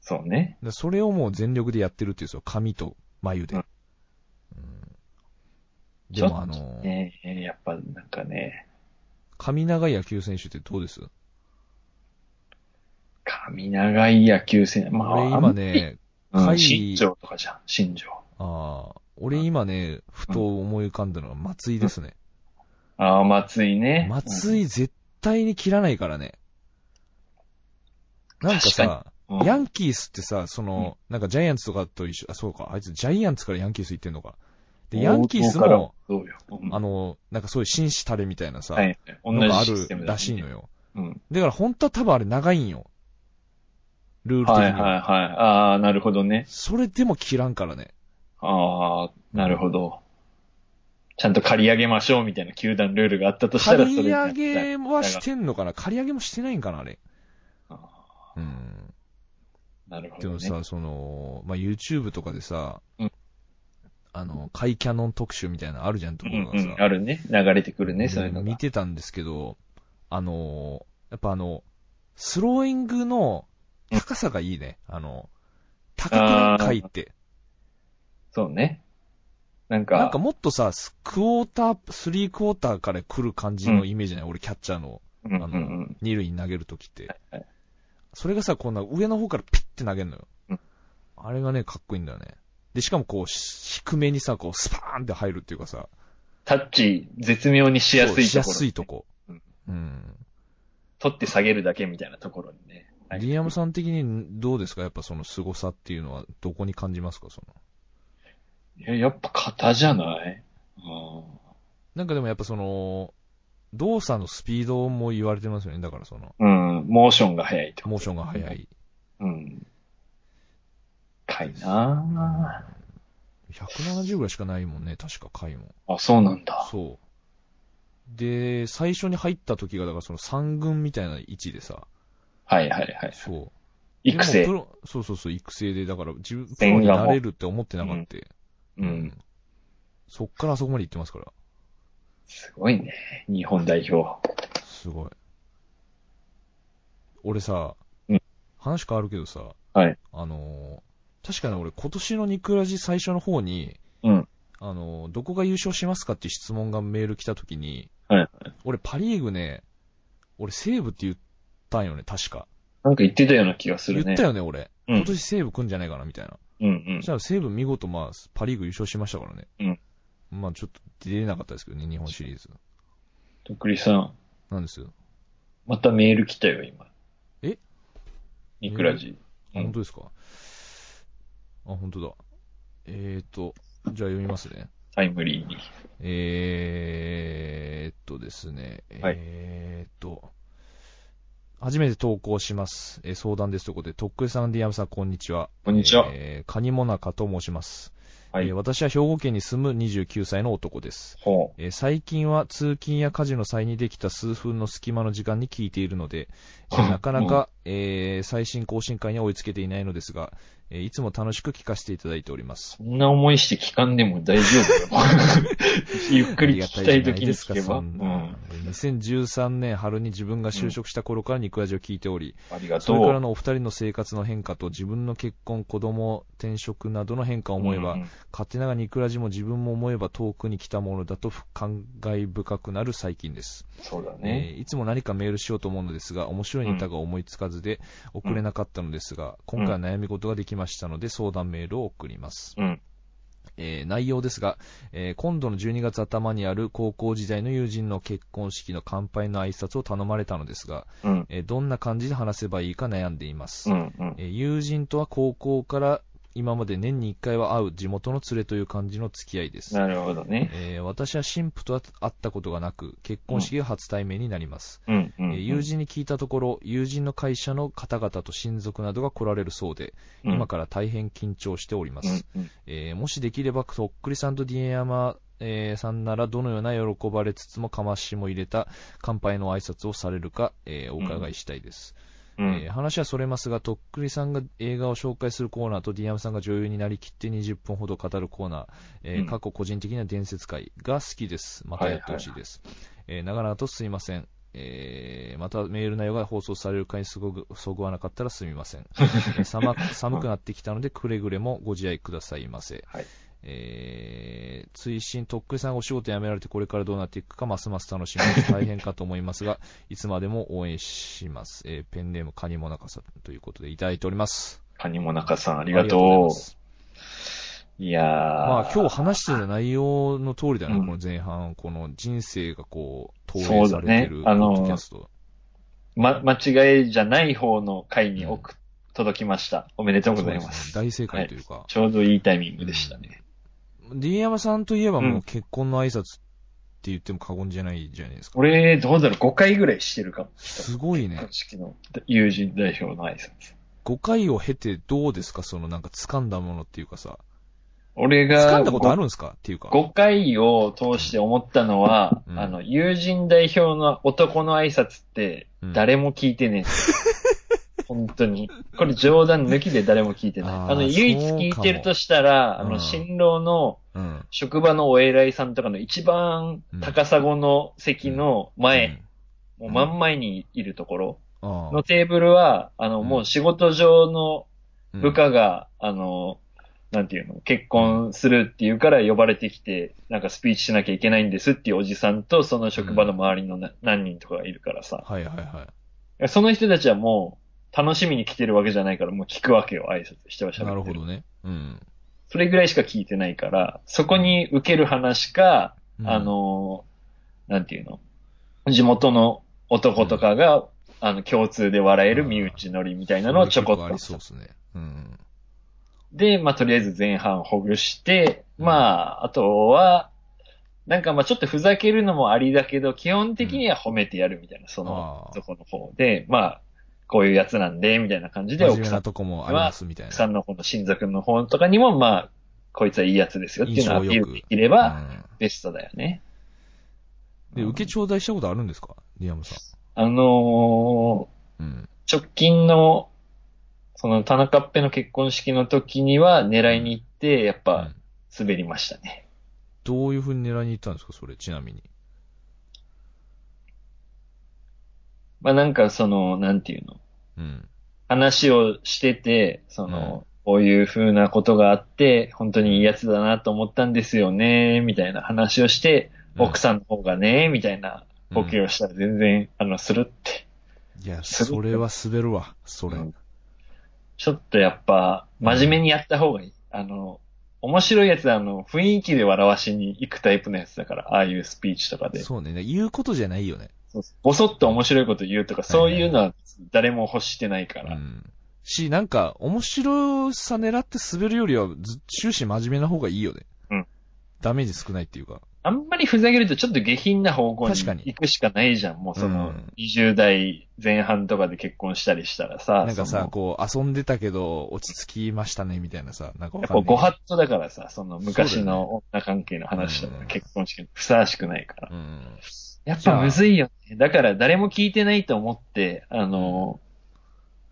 [SPEAKER 3] そうね。
[SPEAKER 1] らそれをもう全力でやってるっていう、その髪と眉で。
[SPEAKER 3] う
[SPEAKER 1] うんん、でもあの
[SPEAKER 3] ちょっとね、やっぱなんかね、
[SPEAKER 1] 髪長い野球選手ってどうです
[SPEAKER 3] 髪長い野球選手。まあ、
[SPEAKER 1] 俺
[SPEAKER 3] あん
[SPEAKER 1] 今
[SPEAKER 3] まり、
[SPEAKER 1] ね、
[SPEAKER 3] うん
[SPEAKER 1] 海
[SPEAKER 3] 新庄とかじゃん、新庄。
[SPEAKER 1] ああ、俺今ね、ふと思い浮かんだのは松井ですね。
[SPEAKER 3] ああ、松井ね。
[SPEAKER 1] 松井絶対に切らないからね。なんかさ、
[SPEAKER 3] うん、
[SPEAKER 1] ヤンキースってさ、その、なんかジャイアンツとかと一緒、あ、そうか、あいつジャイアンツからヤンキース行ってんのか。で、ヤンキース
[SPEAKER 3] 王道から
[SPEAKER 1] も、
[SPEAKER 3] どうよ。うん
[SPEAKER 1] あの、なんかそういう紳士たれみたいなさ、
[SPEAKER 3] はいはい、
[SPEAKER 1] の
[SPEAKER 3] 同
[SPEAKER 1] があ
[SPEAKER 3] じシステム
[SPEAKER 1] る
[SPEAKER 3] だ、
[SPEAKER 1] らしいの。よ。
[SPEAKER 3] うん。
[SPEAKER 1] だから本当は多分あれ長いんよ。ルール的に
[SPEAKER 3] は
[SPEAKER 1] は。
[SPEAKER 3] いはいはい。ああ、なるほどね。
[SPEAKER 1] それでも切らんからね。
[SPEAKER 3] ああ、なるほど。ちゃんと借り上げましょうみたいな球団ルールがあったとしたら
[SPEAKER 1] 刈
[SPEAKER 3] それ
[SPEAKER 1] り
[SPEAKER 3] になっ
[SPEAKER 1] 上
[SPEAKER 3] た
[SPEAKER 1] げはしてんのかな刈り上げもしてないんかなあれ。
[SPEAKER 3] あ
[SPEAKER 1] うん。
[SPEAKER 3] ーなるほ
[SPEAKER 1] で
[SPEAKER 3] ど、
[SPEAKER 1] も
[SPEAKER 3] ね。
[SPEAKER 1] さ、その、まあ、YouTube とかでさ、
[SPEAKER 3] うん
[SPEAKER 1] あの、カイキャノン特集みたいなのあるじゃんと
[SPEAKER 3] う
[SPEAKER 1] こ
[SPEAKER 3] ん
[SPEAKER 1] ろがさ、
[SPEAKER 3] うん、あるね。流れてくるね、そういうの
[SPEAKER 1] 見
[SPEAKER 3] が。
[SPEAKER 1] てたんですけど、あの、やっぱあの、スローイングの高さがいいね。あの、高くない回って。
[SPEAKER 3] そうね。なんか、
[SPEAKER 1] なんかもっとさ、スクォーター、スリークォーターから来る感じのイメージない、俺キャッチャーの
[SPEAKER 3] うんうん
[SPEAKER 1] あ
[SPEAKER 3] う
[SPEAKER 1] の
[SPEAKER 3] ん、
[SPEAKER 1] 二塁に投げるときって
[SPEAKER 3] はいは。
[SPEAKER 1] それがさ、こんな上の方からピッて投げるのよ
[SPEAKER 3] うん。
[SPEAKER 1] あれがね、かっこいいんだよね。で、しかもこう、し低めにさ、こう、スパーンって入るっていうかさ、
[SPEAKER 3] タッチ絶妙にしやすいところ。
[SPEAKER 1] しやすいとこ
[SPEAKER 3] うん。
[SPEAKER 1] うん。
[SPEAKER 3] 取って下げるだけみたいなところにね。はい
[SPEAKER 1] リアムさん的にどうですかやっぱその凄さっていうのはどこに感じますかその。
[SPEAKER 3] いや、やっぱ型じゃないうん
[SPEAKER 1] なんかでもやっぱその、動作のスピードも言われてますよね。だからその、
[SPEAKER 3] うん、モーションが速いと。
[SPEAKER 1] モーションが速い。
[SPEAKER 3] うん。かいな
[SPEAKER 1] 170ぐらいしかないもんね、確か回も。
[SPEAKER 3] ぁ。あ、そうなんだ。
[SPEAKER 1] そう。で、最初に入った時が、だからその3軍みたいな位置でさ、
[SPEAKER 3] はいはいはい。
[SPEAKER 1] そう。
[SPEAKER 3] 育
[SPEAKER 1] で
[SPEAKER 3] 成。
[SPEAKER 1] もプロそうそうそう、育成で、だから自分、プロになれるって思ってなかった。
[SPEAKER 3] う。
[SPEAKER 1] うんそっからあそこまで行ってますから。
[SPEAKER 3] すごいね。日本代表。
[SPEAKER 1] すごい。俺さ、
[SPEAKER 3] うん
[SPEAKER 1] 話変わるけどさ、
[SPEAKER 3] はい
[SPEAKER 1] あのー確かに俺今年のニクラジ最初の方に、
[SPEAKER 3] うん
[SPEAKER 1] あのーどこが優勝しますかっていう質問がメール来た時に、
[SPEAKER 3] はい
[SPEAKER 1] 俺パリーグね、俺西部って言ったんよね、確か。
[SPEAKER 3] なんか言ってたような気がするね。
[SPEAKER 1] 言ったよね、俺。
[SPEAKER 3] うん
[SPEAKER 1] 今年西部来んじゃないかな、みたいな。
[SPEAKER 3] うんう
[SPEAKER 1] そ
[SPEAKER 3] ん
[SPEAKER 1] し。たら西部見事、まあ、パリーグ優勝しましたからね。
[SPEAKER 3] うん
[SPEAKER 1] まあ、ちょっと出れなかったですけどね、日本シリーズ。
[SPEAKER 3] とっくりさん、
[SPEAKER 1] なんですよ。
[SPEAKER 3] またメール来たよ、今。
[SPEAKER 1] え
[SPEAKER 3] ニクラジ。
[SPEAKER 1] あ
[SPEAKER 3] うん
[SPEAKER 1] 本当ですか。あ、本当だ。えーっと、じゃあ読みますね。
[SPEAKER 3] タイムリーに。
[SPEAKER 1] えーっとですね。
[SPEAKER 3] はい
[SPEAKER 1] えーっと、初めて投稿します。えー相談ですということで、とっくりさん、ディアムさん、こんにちは。
[SPEAKER 3] こんにちは
[SPEAKER 1] えーカニモナカと申します。
[SPEAKER 3] はい
[SPEAKER 1] えー私は兵庫県に住む29歳の男です。
[SPEAKER 3] ほ
[SPEAKER 1] えー最近は通勤や家事の際にできた数分の隙間の時間に聞いているので、えーなかなか、えー最新更新回には追いつけていないのですが、えーいつも楽しく聞かせていただいております。
[SPEAKER 3] う。そんな思いして聞かんでも大丈夫 よ。ゆっくり聞きたい時に聞けば。
[SPEAKER 1] あ
[SPEAKER 3] う
[SPEAKER 1] りがたいじゃないで
[SPEAKER 3] ん。
[SPEAKER 1] すかそんな2013年春に自分が就職した頃から肉味を聞いており、
[SPEAKER 3] ありが
[SPEAKER 1] そ
[SPEAKER 3] とう。
[SPEAKER 1] れからのお二人の生活の変化と自分の結婚、子供、転職などの変化を思えば、
[SPEAKER 3] うんうん
[SPEAKER 1] 勝手ながら肉味も自分も思えば遠くに来たものだと感慨深くなる最近です。
[SPEAKER 3] そうだね。
[SPEAKER 1] えーいつも何かメールしようと思うのですが、面白いネタが思いつかずで
[SPEAKER 3] ん
[SPEAKER 1] 送れなかったのですが、今回は悩み事ができましたので、相談メールを送ります。
[SPEAKER 3] うん。
[SPEAKER 1] えー内容ですが、えー今度の12月頭にある高校時代の友人の結婚式の乾杯の挨拶を頼まれたのですが、
[SPEAKER 3] うん。
[SPEAKER 1] えーどんな感じで話せばいいか悩んでいます。
[SPEAKER 3] うん。うん。
[SPEAKER 1] えー友人とは高校から今まで年に1回は会う地元の連れという感じの付き合いです。
[SPEAKER 3] なるほどね。
[SPEAKER 1] えー私は新婦とは会ったことがなく、結婚式が初対面になります。
[SPEAKER 3] うん、う
[SPEAKER 1] え
[SPEAKER 3] ん。
[SPEAKER 1] ー友人に聞いたところ、友人の会社の方々と親族などが来られるそうで、
[SPEAKER 3] うん
[SPEAKER 1] 今から大変緊張しております。
[SPEAKER 3] うんうん
[SPEAKER 1] えーもしできれば、とっくりさんとディエヤマ、えーさんならどのような喜ばれつつもかましも入れた乾杯の挨拶をされるか、えーお伺いしたいです、
[SPEAKER 3] うん
[SPEAKER 1] えー話はそれますが、とっくりさんが映画を紹介するコーナーとディエヤマさんが女優になりきって20分ほど語るコーナー、えー
[SPEAKER 3] うん
[SPEAKER 1] 過去個人的な伝説会が好きです。またやってほしいです。えー長々とすいません。えーまたメール内容が放送される回にすごくそぐわなかったらすみません、えー 寒寒くなってきたのでくれぐれもご自愛くださいませ、
[SPEAKER 3] はい
[SPEAKER 1] えー追伸とっくりさんがお仕事辞められてこれからどうなっていくかますます楽しみです大変かと思います がいつまでも応援します、えーペンネームカニモナカさんということでいただいております
[SPEAKER 3] カニモナカさん、あ
[SPEAKER 1] あ
[SPEAKER 3] りがとう。
[SPEAKER 1] りがございます
[SPEAKER 3] いやー。
[SPEAKER 1] まあ、今日話してた内容の通りだね、
[SPEAKER 3] うん
[SPEAKER 1] この前半、この人生がこう、投影されてる
[SPEAKER 3] そうだね
[SPEAKER 1] ポ
[SPEAKER 3] あの
[SPEAKER 1] ッドキャスト。
[SPEAKER 3] ま、間違いじゃない方の回に送っ、届きました。おめでとうございま。
[SPEAKER 1] そうですね大正解というか、
[SPEAKER 3] ちょうどいいタイミングでしたね。
[SPEAKER 1] D 山さんといえばも
[SPEAKER 3] う
[SPEAKER 1] うん結婚の挨拶って言っても過言じゃないじゃないですか。
[SPEAKER 3] 俺、どうだろう、5回ぐらいしてるかも。
[SPEAKER 1] すごいね
[SPEAKER 3] 公。式の友人代表の挨拶。
[SPEAKER 1] 5回を経てどうですかそのなんか掴んだものっていうかさ。
[SPEAKER 3] 俺が、
[SPEAKER 1] 掴んだことあるんですかっていうか。
[SPEAKER 3] 5回を通して思ったのは、
[SPEAKER 1] うん
[SPEAKER 3] あの、友人代表の男の挨拶って、
[SPEAKER 1] うん
[SPEAKER 3] 誰も聞いてね え。本当に。これ冗談抜きで誰も聞いてない。
[SPEAKER 1] あ
[SPEAKER 3] あ
[SPEAKER 1] ー
[SPEAKER 3] の、唯一聞いてるとした
[SPEAKER 1] そ
[SPEAKER 3] ら、あ
[SPEAKER 1] うかも
[SPEAKER 3] の、新郎の
[SPEAKER 1] うん。
[SPEAKER 3] 職場のお偉いさんとかの一番高砂の席の前、
[SPEAKER 1] ん
[SPEAKER 3] もう真ん前にいるところ
[SPEAKER 1] うん。ああ
[SPEAKER 3] のテーブルは、あの、
[SPEAKER 1] うん
[SPEAKER 3] もう仕事上の
[SPEAKER 1] うん
[SPEAKER 3] 部下が、あの、なんていうの、結婚するっていうから呼ばれてきて、なんかスピーチしなきゃいけないんですっていうおじさんと、その職場の周りのな何人とかがいるからさ。
[SPEAKER 1] はいはいはい。
[SPEAKER 3] その人たちはもう、楽しみに来てるわけじゃないから、もう聞くわけよ、挨拶してはしゃ
[SPEAKER 1] な
[SPEAKER 3] べ
[SPEAKER 1] る
[SPEAKER 3] っ
[SPEAKER 1] ほ
[SPEAKER 3] てる。
[SPEAKER 1] どね。うん。
[SPEAKER 3] それぐらいしか聞いてないから、そこに受ける話か、
[SPEAKER 1] うん
[SPEAKER 3] あ、の、なんていうの、地元の男とかが、あの、共通で笑える身内乗りみたいなのをちょこっ
[SPEAKER 1] そういう曲
[SPEAKER 3] と
[SPEAKER 1] ありそうですね。うん。
[SPEAKER 3] で、まあ、とりあえず前半ほぐして、
[SPEAKER 1] うん
[SPEAKER 3] まあ、あとは、なんかまあちょっとふざけるのもありだけど、基本的には褒めてやるみたいな、その
[SPEAKER 1] あ、ー
[SPEAKER 3] そこの方で、まあ、こういうやつなんで、みたいな感じで、
[SPEAKER 1] 真面
[SPEAKER 3] 奥
[SPEAKER 1] 目
[SPEAKER 3] さ、
[SPEAKER 1] なんとこもありますみたいな。
[SPEAKER 3] 奥さんの方の親族の方とかにも、まあ、こいつはいいやつですよっていうのはアピ
[SPEAKER 1] 印象よ
[SPEAKER 3] ー
[SPEAKER 1] く
[SPEAKER 3] ルできれ
[SPEAKER 1] う
[SPEAKER 3] ば、
[SPEAKER 1] ん
[SPEAKER 3] ベストだよね。
[SPEAKER 1] で、受け頂戴したことあるんですかリアムさ
[SPEAKER 3] あの
[SPEAKER 1] ん。うん。
[SPEAKER 3] ー直近の、その田中っぺの結婚式の時には狙いに行って、やっ
[SPEAKER 1] う
[SPEAKER 3] ぱ
[SPEAKER 1] ん
[SPEAKER 3] 滑りましたね。
[SPEAKER 1] どういうふうに狙いに行ったんですかそれ、ちなみに。
[SPEAKER 3] まあなんかその、なんていうの、
[SPEAKER 1] うん。
[SPEAKER 3] 話をしてて、その、こういう風なことがあって、本当にいいやつだなと思ったんですよね、みたいな話をして、奥さんの方がね、みたいなボケをしたら全然、あの、するって。
[SPEAKER 1] いや、
[SPEAKER 3] する
[SPEAKER 1] それは滑るわ、それ。
[SPEAKER 3] うんちょっとやっぱ、真面目にやった方がいい。あの、面白いやつは、あの、雰囲気で笑わしに行くタイプのやつだから、ああいうスピーチとかで。
[SPEAKER 1] そうね。言うことじゃないよね。
[SPEAKER 3] そうそうぼそっと面白いこと言うとか、
[SPEAKER 1] はいは
[SPEAKER 3] そ
[SPEAKER 1] いう
[SPEAKER 3] いうのは誰も欲してないか
[SPEAKER 1] う
[SPEAKER 3] ら。
[SPEAKER 1] ん。し、なんか、面白さ狙って滑るよりは、ず終始真面目な方がいいよね。
[SPEAKER 3] うん。
[SPEAKER 1] ダメージ少ないっていうか。
[SPEAKER 3] あんまりふざけるとちょっと下品な方向に
[SPEAKER 1] 確かに
[SPEAKER 3] 行くしかないじゃん。もうそうの
[SPEAKER 1] ん、
[SPEAKER 3] 20代前半とかで結婚したりしたらさ。
[SPEAKER 1] なんか
[SPEAKER 3] そ
[SPEAKER 1] さ、
[SPEAKER 3] の
[SPEAKER 1] こう、遊んでたけど、落ち着きましたね、みたいなさ。なんかわ
[SPEAKER 3] や
[SPEAKER 1] か
[SPEAKER 3] っぱ
[SPEAKER 1] んない。
[SPEAKER 3] ご法度だからさ、その昔
[SPEAKER 1] そうだよ
[SPEAKER 3] の女関係の話と
[SPEAKER 1] う
[SPEAKER 3] か
[SPEAKER 1] ん
[SPEAKER 3] 結婚式にふさわしくないから。
[SPEAKER 1] うん。
[SPEAKER 3] やっぱむずいよね。だから誰も聞いてないと思って、あの、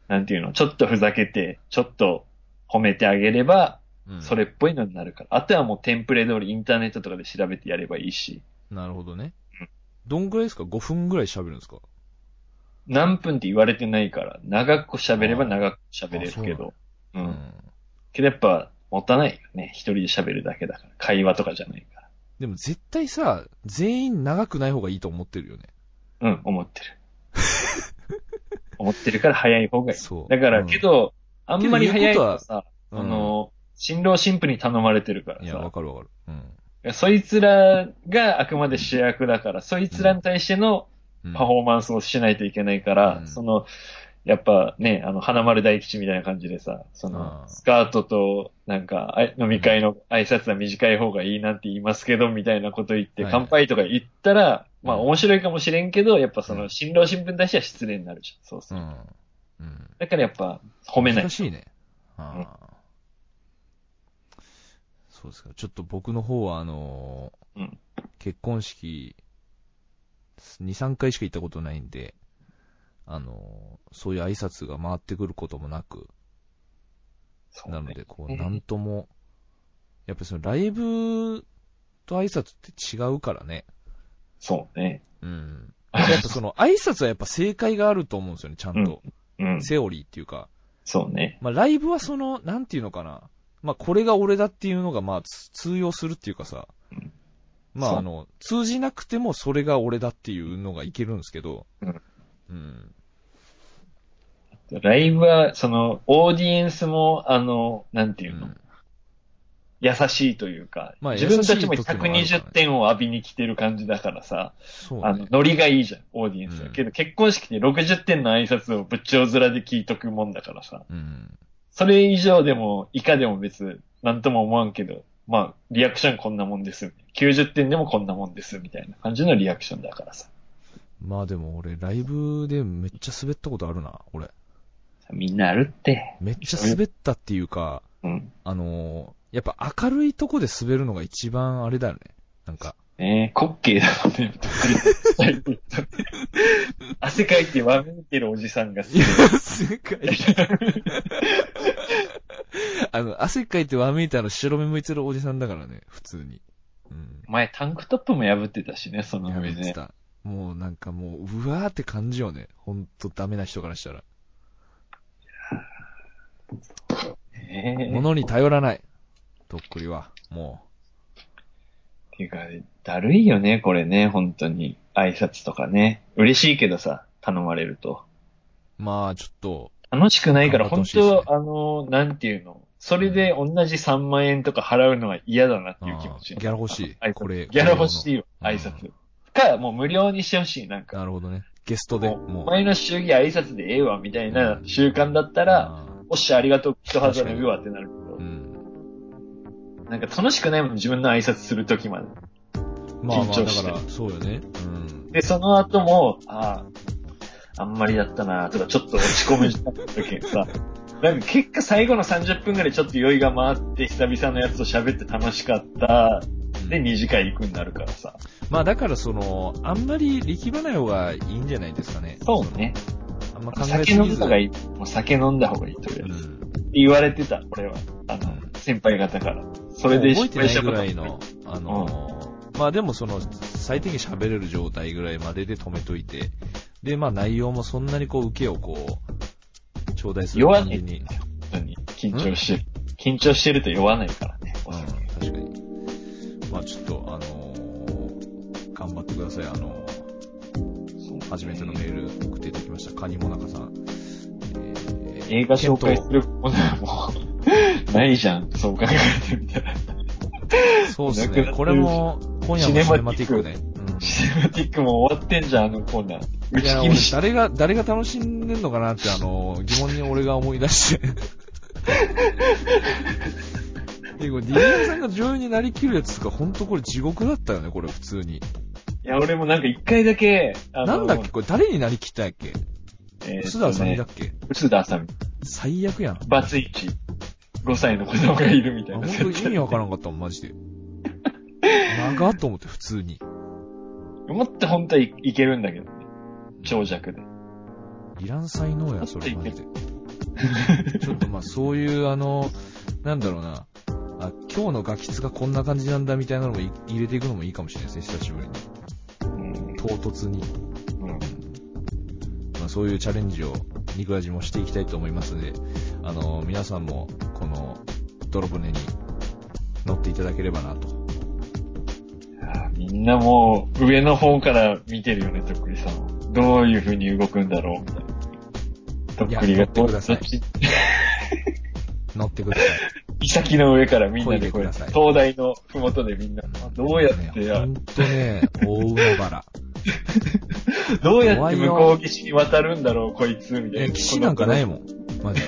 [SPEAKER 3] なんていうの、ちょっとふざけて、ちょっと褒めてあげれば、
[SPEAKER 1] うん
[SPEAKER 3] それっ。ぽいのになるから。あとはもうテンプレ通りインターネットとかで調べてやればいいし。
[SPEAKER 1] なるほどね。どんぐらいですか ?5 分ぐらい喋るんですか
[SPEAKER 3] 何分って言われてないから、長く喋れば長く喋れるけど。う。。
[SPEAKER 1] うん
[SPEAKER 3] けどやっぱ、持たないよね。一人で喋るだけだから。会話とかじゃないか
[SPEAKER 1] でも絶対さ、全員長くない方がいいと思ってるよね。
[SPEAKER 3] ら。うん、思 ってる。思ってるから早い方がいい。
[SPEAKER 1] そう。
[SPEAKER 3] だから、
[SPEAKER 1] うん
[SPEAKER 3] け、ど、あんまり早いとさ、
[SPEAKER 1] うん
[SPEAKER 3] あの、新郎新婦に頼まれてるから
[SPEAKER 1] いや、わ
[SPEAKER 3] さ
[SPEAKER 1] かるわかる。うん。
[SPEAKER 3] いや、そいつらがあくまで主役だから、そいつらに対しての
[SPEAKER 1] うん
[SPEAKER 3] パフォーマンスをしないといけないから、
[SPEAKER 1] うん
[SPEAKER 3] その、やっぱね、あの、花丸大吉みたいな感じでさ、そ
[SPEAKER 1] あ
[SPEAKER 3] の、
[SPEAKER 1] ー
[SPEAKER 3] スカートと、なんか、あい飲み会の挨拶は短い方がいいなんて言いますけど、みたいなこと言って、
[SPEAKER 1] はい
[SPEAKER 3] 乾杯とか言ったら、まあ
[SPEAKER 1] うん
[SPEAKER 3] 面白いかもしれんけど、やっぱそ
[SPEAKER 1] うん
[SPEAKER 3] の、新郎新聞大使は失礼になるじゃん。そう
[SPEAKER 1] う
[SPEAKER 3] そう。
[SPEAKER 1] ん。うん。
[SPEAKER 3] だからやっぱ、褒めない
[SPEAKER 1] 難。しいね。ああ。そうですか。ちょっと僕の方は、あのー
[SPEAKER 3] うん
[SPEAKER 1] 結婚式、2、3回しか行ったことないんで、あのーそういう挨拶が回ってくることもなく、
[SPEAKER 3] そう
[SPEAKER 1] な
[SPEAKER 3] ね
[SPEAKER 1] ので、こう、
[SPEAKER 3] うん
[SPEAKER 1] なんとも、やっぱりそのライブと挨拶って違うからね。
[SPEAKER 3] そうね。
[SPEAKER 1] うん。やっぱその挨拶はやっぱ正解があると思うんですよね、ちゃんと。
[SPEAKER 3] うん。
[SPEAKER 1] セオリーっていうか。
[SPEAKER 3] そうね。
[SPEAKER 1] まあ、ライブはその、なんていうのかな。まあ、これが俺だっていうのが、まあ、つ通用するっていうかさ
[SPEAKER 3] うん。
[SPEAKER 1] ま
[SPEAKER 3] そ
[SPEAKER 1] あ、
[SPEAKER 3] う
[SPEAKER 1] あの、通じなくてもそれが俺だっていうのがいけるんですけど。
[SPEAKER 3] うん
[SPEAKER 1] うん。
[SPEAKER 3] ライブは、その、オーディエンスも、あの、なんて
[SPEAKER 1] う
[SPEAKER 3] いうの、
[SPEAKER 1] ん。
[SPEAKER 3] 優しいというか、
[SPEAKER 1] まあ
[SPEAKER 3] 自分たちも
[SPEAKER 1] 優しい時もあるからね
[SPEAKER 3] 120点を浴びに来てる感じだからさ、
[SPEAKER 1] そう
[SPEAKER 3] あの
[SPEAKER 1] ね。、
[SPEAKER 3] ノリがいいじゃん、オーディエンスは。
[SPEAKER 1] うん
[SPEAKER 3] けど結婚式で60点の挨拶をぶっちょう面で聞いとくもんだからさ、
[SPEAKER 1] うん。
[SPEAKER 3] それ以上でも以下でも別、なんとも思わんけど、まあ、リアクションこんなもんです。90点でもこんなもんです、みたいな感じのリアクションだからさ。
[SPEAKER 1] まあでも俺、ライブでめっちゃ滑ったことあるな、俺。
[SPEAKER 3] みんなあるって。
[SPEAKER 1] めっちゃ滑ったっていうか、
[SPEAKER 3] うん。
[SPEAKER 1] あのーやっぱ明るいとこで滑るのが一番あれだよね。なんか、
[SPEAKER 3] ねえ、滑稽だもんね。 汗かいてわめいてるおじさんが好き
[SPEAKER 1] いや、汗かいて。 あの、汗かいてわめいたの白目向いてるおじさんだからね、普通に。うん。
[SPEAKER 3] 前タンクトップも破ってたしね、その
[SPEAKER 1] や
[SPEAKER 3] 上
[SPEAKER 1] めて
[SPEAKER 3] で。
[SPEAKER 1] た。もうなんかもう、うわーって感じよね。ほんとダメな人からしたら。
[SPEAKER 3] ねえっ
[SPEAKER 1] 物に頼らない。とっくりは。も
[SPEAKER 3] ていうか、だるいよね、これね、本当に。挨拶とかね。嬉しいけどさ、頼まれると。
[SPEAKER 1] う。まあ、ちょっと、
[SPEAKER 3] 楽しくないから、
[SPEAKER 1] 頑張
[SPEAKER 3] 本
[SPEAKER 1] ってほしいですね
[SPEAKER 3] 当、あの、なんていうの。それで同じ3万円とか払うのは嫌だなっていう気持ち。
[SPEAKER 1] あーギャラ欲しい
[SPEAKER 3] 挨拶
[SPEAKER 1] これ
[SPEAKER 3] ギャラ欲しいよ、
[SPEAKER 1] これ
[SPEAKER 3] 挨
[SPEAKER 1] 用の
[SPEAKER 3] 拶。か、もう無料にしてほしい、なんか。
[SPEAKER 1] なるほどね。ゲストで、
[SPEAKER 3] お
[SPEAKER 1] もう。
[SPEAKER 3] 前の祝儀挨拶でええわ、みたいな習慣だったら、
[SPEAKER 1] あー
[SPEAKER 3] おっしゃ、ありがとう、人肌の上はってなるけど
[SPEAKER 1] う。ん。
[SPEAKER 3] なんか楽しくないもん、自分の挨拶するときまで。
[SPEAKER 1] まあまあ、
[SPEAKER 3] 緊
[SPEAKER 1] だ
[SPEAKER 3] 張し
[SPEAKER 1] か
[SPEAKER 3] て
[SPEAKER 1] ら、そうよね。うん。
[SPEAKER 3] で、その後も、ああ、あんまりだったなとか、ちょっと落ち込む時間 とかさ、なんか結果最後の30分ぐらいちょっと酔いが回って、久々のやつと喋って楽しかった。で、二次会行くになるからさ。
[SPEAKER 1] まあだからその、あんまり力まない方がいいんじゃないですかね。
[SPEAKER 3] そうね。
[SPEAKER 1] あんま考え
[SPEAKER 3] 酒
[SPEAKER 1] す
[SPEAKER 3] 飲
[SPEAKER 1] ぎ
[SPEAKER 3] む
[SPEAKER 1] ず。
[SPEAKER 3] のがいい。もう酒飲んだ方がいいとりあ
[SPEAKER 1] う
[SPEAKER 3] えず。
[SPEAKER 1] ん
[SPEAKER 3] 言われてた、俺は。あの
[SPEAKER 1] う、
[SPEAKER 3] 先輩方から。それで
[SPEAKER 1] もう覚えてないぐらい
[SPEAKER 3] 失敗した
[SPEAKER 1] の
[SPEAKER 3] こ、
[SPEAKER 1] あのーまあでもその、最適に喋れる状態ぐらいまでで止めといて、で、まあ内容もそんなにこう、受けをこう、頂戴する感じに。
[SPEAKER 3] と本当に緊張してる。緊張してると酔わないからね。
[SPEAKER 1] うん、確かに。まあちょっと、あのー頑張ってください。あのー初めてのメール送っていただきました。カニモナカさん。えー
[SPEAKER 3] 映画紹介するコーナーもないじゃん、そう考えてみたら。
[SPEAKER 1] そうです
[SPEAKER 3] なくなって
[SPEAKER 1] ね。
[SPEAKER 3] る
[SPEAKER 1] これも、今夜もシネマティックね。うん
[SPEAKER 3] シネマティックも終わってんじゃん、あのコーナー。打
[SPEAKER 1] いや、
[SPEAKER 3] ち切
[SPEAKER 1] 俺
[SPEAKER 3] り、し、
[SPEAKER 1] 誰が、誰が楽しんでんのかなって、あの、疑問に俺が思い出 して。で、これ、DJ さんが女優になりきるやつとか、ほんとこれ地獄だったよね、これ、普通に。
[SPEAKER 3] いや、俺もなんか一回だけ、あ
[SPEAKER 1] なんだっけこれ、誰になりきったんやっけ
[SPEAKER 3] え
[SPEAKER 1] 須田
[SPEAKER 3] ーと
[SPEAKER 1] あさみだ
[SPEAKER 3] ね
[SPEAKER 1] っけ
[SPEAKER 3] 薄田あさみ。
[SPEAKER 1] 最悪やん。あ、
[SPEAKER 3] バツイチ。5歳の子供がいるみたい
[SPEAKER 1] ほん
[SPEAKER 3] な。
[SPEAKER 1] と意 味わからんかったもん、マジで。長っと思って、普通に。
[SPEAKER 3] もっと本当はい、いけるんだけどね。長尺で。
[SPEAKER 1] いらん才能や、それ、マジで。ちょっとまあ、そういう、あの、なんだろうな。あ、今日のガキツがこんな感じなんだみたいなのもい入れていくのもいいかもしれないですね、久しぶりに。
[SPEAKER 3] うん。
[SPEAKER 1] 唐突に。
[SPEAKER 3] うん
[SPEAKER 1] まあ、そういうチャレンジを、ニクラジもしていきたいと思いますので、あの、皆さんも、この、泥船に乗っていただければなと。
[SPEAKER 3] あーみんなもう、上の方から見てるよね、とっくりさんを。どういう風に動くんだろう、みたいな。とっくり
[SPEAKER 1] いや
[SPEAKER 3] が
[SPEAKER 1] 乗ってください
[SPEAKER 3] どっち
[SPEAKER 1] 乗ってください。
[SPEAKER 3] 岬の上からみんなでこうやって
[SPEAKER 1] 漕いでください
[SPEAKER 3] 灯台のふもとでみんな、どうやって
[SPEAKER 1] ね、
[SPEAKER 3] や
[SPEAKER 1] ほ、んとね、大海原。
[SPEAKER 3] どうやって向こう岸に渡るんだろう、こいつ、みたい
[SPEAKER 1] え、
[SPEAKER 3] な。
[SPEAKER 1] 岸なんかないもん。マ ジで。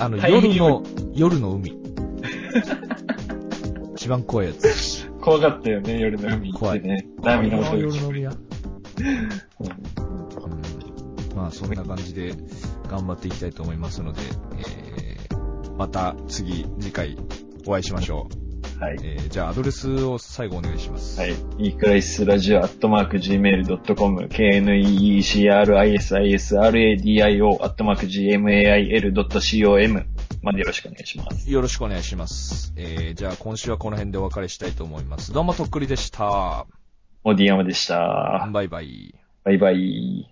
[SPEAKER 1] あの、
[SPEAKER 3] 太平
[SPEAKER 1] 夜
[SPEAKER 3] 洋
[SPEAKER 1] の、夜の海。一番怖いやつ。
[SPEAKER 3] 怖かったよね、夜の海行ってね。波の音
[SPEAKER 1] 夜
[SPEAKER 3] 聞
[SPEAKER 1] の
[SPEAKER 3] こえ
[SPEAKER 1] 海
[SPEAKER 3] て
[SPEAKER 1] や。うんまあ、そんな感じで頑張っていきたいと思いますので、えー、また次、次回お会いしましょう。
[SPEAKER 3] はい。
[SPEAKER 1] えー、じゃあアドレスを最後お願いします。
[SPEAKER 3] はい。e クライスラジオアットマーク gmail.com k-n-e-e-c-r-i-s-i-s-r-a-d-i-o アットマーク gmail.com までよろしくお願いします。
[SPEAKER 1] よろしくお願いします。えー、じゃあ今週はこの辺でお別れしたいと思います。どうもとっくりでした。
[SPEAKER 3] オディアムでした。
[SPEAKER 1] バイバイ。
[SPEAKER 3] バイバイ。